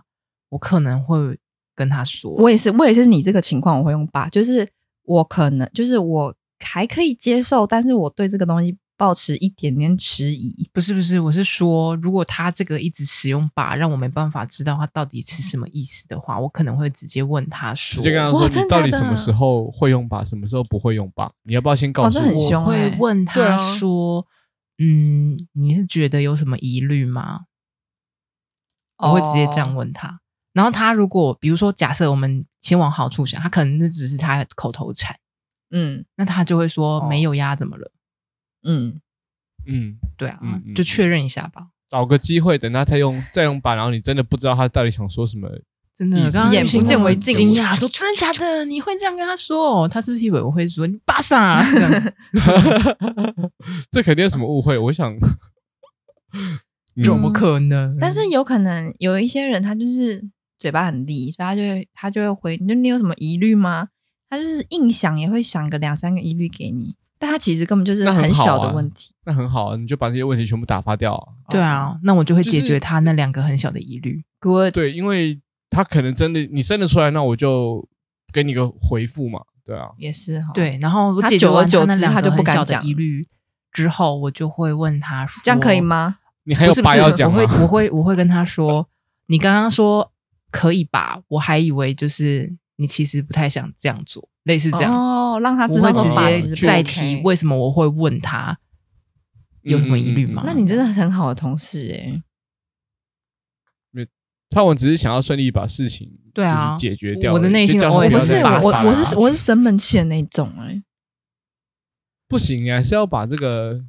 我可能会跟他说。我也是，我也是你这个情况，我会用吧，就是我可能就是我还可以接受，但是我对这个东西抱持一点点迟疑。不是不是，我是说，如果他这个一直使用把，让我没办法知道他到底是什么意思的话，我可能会直接问他直说，接跟他哇说真你的到底假什么的时候会用把，什么时候不会用把，你要不要先告哦诉我？这很凶我会欸问对啊他说，嗯，你是觉得有什么疑虑吗？我会直接这样哦，问他。然后他如果比如说，假设我们先往好处想，他可能那只是他口头禅，嗯那他就会说、哦没有呀，怎么了？嗯，嗯，对啊，嗯嗯就确认一下吧。找个机会，等他再用再用把，然后你真的不知道他到底想说 (laughs) 什么。 (laughs) 真的以，刚刚眼雨欣不见让我为净惊讶啊说：“真的假的？你会这样跟他说？哦他是不是以为我会说你巴萨？啊 (laughs) 这样这肯定有什么误会，我 (laughs) 想 (laughs) 嗯怎么可能？哦但是有可能有一些人他就是嘴巴很利，所以他就会他就会回，你就你有什么疑虑吗？他就是硬想也会想个两三个疑虑给你，但他其实根本就是那很好小啊的问题。那很好啊，你就把这些问题全部打发掉啊。对啊，那我就会解就是决他那两个很小的疑虑。 Good，对，因为他可能真的你生得出来，那我就给你个回复嘛。对啊，也是哈，，对，然后我他解决久而完久那之两他个就不很敢小的讲疑虑之后，我就会问他说：这样可以？吗？你还不有是不把是，要讲啊嗯吗我会？我会我会跟他说：你刚刚说可以吧？我还以为就是你其实不太想这样做，类似这样。哦，让他我知道会说法其直实接不再 OK 提为什么我会问他有什么疑虑吗？嗯嗯嗯嗯那你真的很好的同事哎、他我只是想要顺利把事情对就啊是解决掉而已。我的内心就叫的他不要 OS 我不再是把我把我是把我是生闷气的那一种哎、不行，你还是要把这个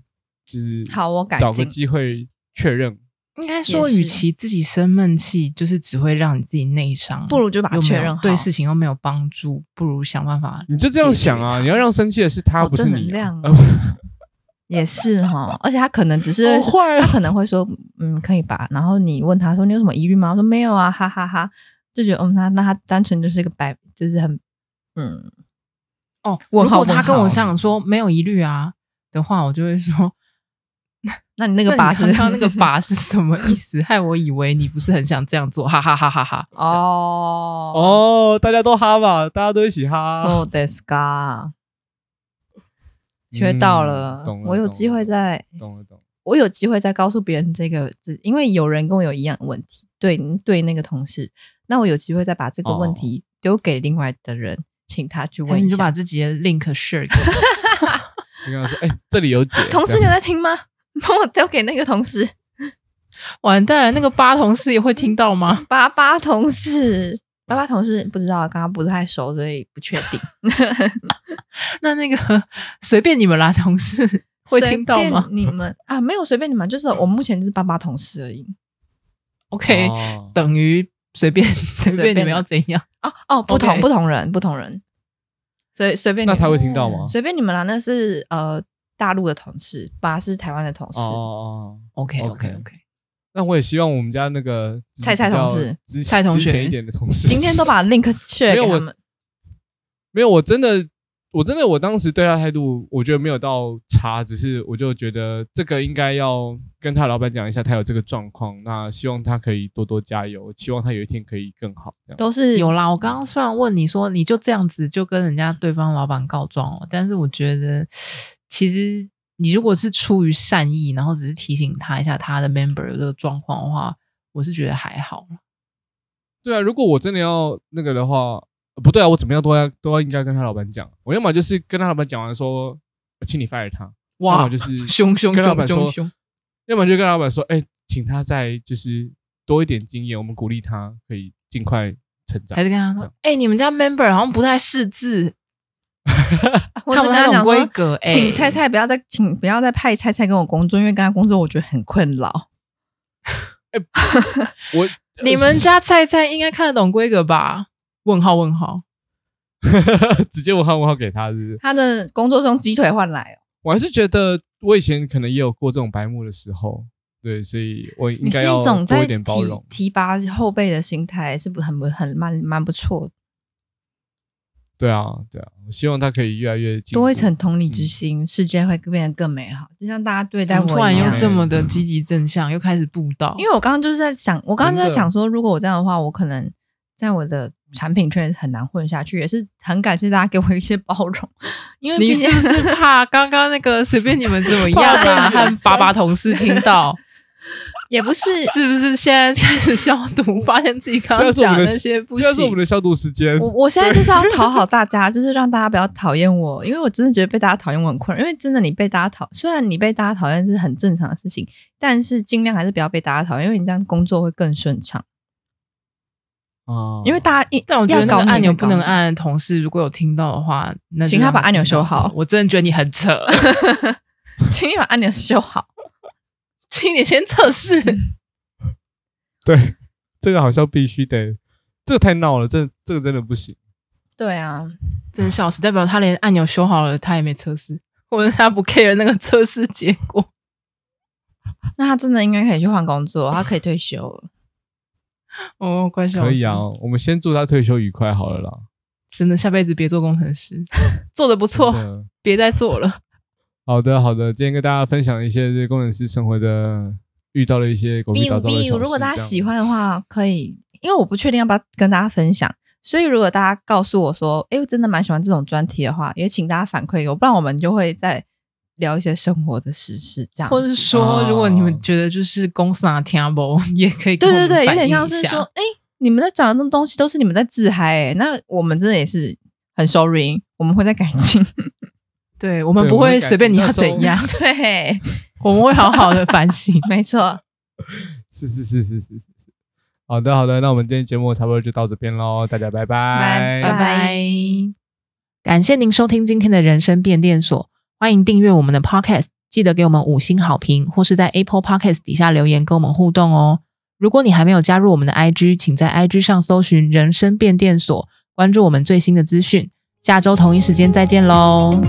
就是好我改进找个机会确认。应该也说，是与其自己生闷气，就是只会让你自己内伤，不如就把它又没有确认好对事情又没有帮助，不如想办法。你就这样想啊，你要让生气的是他，好不是正你啊。能量呃哦也是哈，而且他可能只是、好哦坏啊他可能会说嗯可以吧，然后你问他说你有什么疑虑吗？他说没有啊，哈哈哈就觉得嗯他那他单纯就是一个白就是很嗯哦，问如号果他问跟我号讲说没有疑虑啊的话，我就会说那你那那个你拔是刚刚 (laughs) 那个拔是什么意思？害我以为你不是很想这样做，哈哈哈哈哈。哦 (laughs) 哦，大家都哈吧，大家都一起哈。 ，so this guy 嗯学到了，懂了我有机会再，懂了懂了。我有机会再告诉别人这个字，因为有人跟我有一样的问题，对对那个同事，那我有机会再把这个问题丢给另外的人，请他去哦还问是一你就把下。自己的 link share 给我 (laughs) 你跟他说，哎、这里 (laughs) 有解。同事这你有样在听吗？帮我丢给那个同事，完蛋了，那个八同事也会听到 (laughs) 吗？巴巴同事，巴巴同事不知道，刚刚不太熟，所以不确 (laughs) 定。那那个随便你们啦，同事会听到吗随便你 (laughs) 们啊，没有随便你们，就是我目前就是爸爸同事而已。 ？OK，、哦等于随便 (laughs) 随便便你们要怎样？哦哦，不同 OK 不同人，不同人，随随便你嗯那们他会听到吗？随便你们啦。那是呃大陆的同事，爸是台湾的同事，哦哦哦。 OK OK OK OK，那我也希望我们家那个蔡蔡同事、之蔡同学之前一点的同事，今天都把 link share 没有给我他们。 (laughs) 没有，我真的，我真的，我当时对他态度，我觉得没有到差，只是我就觉得这个应该要跟他老板讲一下，他有这个状况，那希望他可以多多加油，希望他有一天可以更好。这样都是有啦。我刚刚虽然问你说你就这样子就跟人家对方老板告状哦，但是我觉得其实你如果是出于善意，然后只是提醒他一下他的 member 有这个状况的话，我是觉得还好。对啊，如果我真的要那个的话，呃不对啊，我怎么样都要都要应该跟他老板讲，我要么就是跟他老板讲完说，呃请你 fire 他，要么就是凶凶跟老凶板凶说凶！要么就跟老板说，哎、请他再就是多一点经验，我们鼓励他可以尽快成长还。是跟他这说样：“哎、你们家 member 好像不太识字，我看不是跟太他懂讲规说，格。哎，请菜菜不要再请不要再派菜菜跟我工作，因为跟他工作我觉得很困扰。 (laughs) 我你们家菜菜应该看得懂规格吧？”问号问号， (laughs) 直接我喊我号给他，是 (laughs) 不是？他的工作是用鸡腿换来哦，我还是觉得我以前可能也有过这种白目的时候，对，所以我应你该是要一种多在一点提包容。提拔后辈的心态，是不是很不很蛮蛮不错的？对啊，对啊，我希望他可以越来越进步多一层同理之心，世界会变得更美好。就像大家对待怎我么突然一又样这么的积极正向，又开始布道？因为我刚刚就是在想，我刚刚就在想说，如果我这样的话，我可能在我的产品圈很难混下去。也是很感谢大家给我一些包容， (laughs) 因为你毕是竟不是怕刚刚那 (laughs) 个随便你们怎么样啊？怕被和爸爸同事听到，也不是是不是现在开始消 (laughs) 毒，发现自己刚刚讲的那些不现在是我行们？的消毒时间我，我现在就是要讨好大家，就是让大家不要讨厌我，因为我真的觉得被大家讨厌我很困扰。因为真的你被大家讨，虽然你被大家讨厌是很正常的事情，但是尽量还是不要被大家讨厌，因为你这样工作会更顺畅。啊因为大家一但我觉得要那搞个你按钮也搞不能你按，同事如果有听到的话，那就请他把让按钮听到修好我真的觉得你很扯， (laughs) 请你把按钮修好。请你先测试。对这个好像必须得，这个太闹了，这这个真的不行。对啊，真的笑死，代表他连按钮修好了，他也没测试， (laughs) 或者他不 care 那个测试结果。 (laughs) 那他真的应该可以去换工作，他可以退休了。哦，怪笑死可以啊，，我们先祝他退休愉快好了啦。真的下辈子别做工程师， (laughs) 做的不错，真的别再做了。好的好的，今天跟大家分享一些这工程师生活的遇到了一些狗屁倒灶的小事。如果大这家样喜，欢的话，可以，因为我不确定要不要跟大家分享，所以如果大家告诉我说，哎，我真的蛮喜欢这种专题的话，也请大家反馈给我，不然我们就会再聊一些生活的时事，这 (laughs) 样。或者说，啊如果你们觉得就是公司拿听不， (laughs) 也可以跟对我们对对，有反映点一像是下说，，哎，你们在讲的那种东西都是你们在自嗨、诶那我们真的也是很 sorry，我们会再改 (laughs) 进。对我们对不我们会改随便你进要到时候怎样， (laughs) 对，我们会好好的反省。没错，是是是是是是是。好的好的，那我们今天节目差不多就到这边喽，大家拜拜拜拜。感谢您收听今天的人生变电所，欢迎订阅我们的 Podcast，记得给我们五星好评，或是在 Apple Podcast 底下留言跟我们互动哦。如果你还没有加入我们的 IG，请在 IG 上搜寻“人生变电所”，关注我们最新的资讯。下周同一时间再见喽！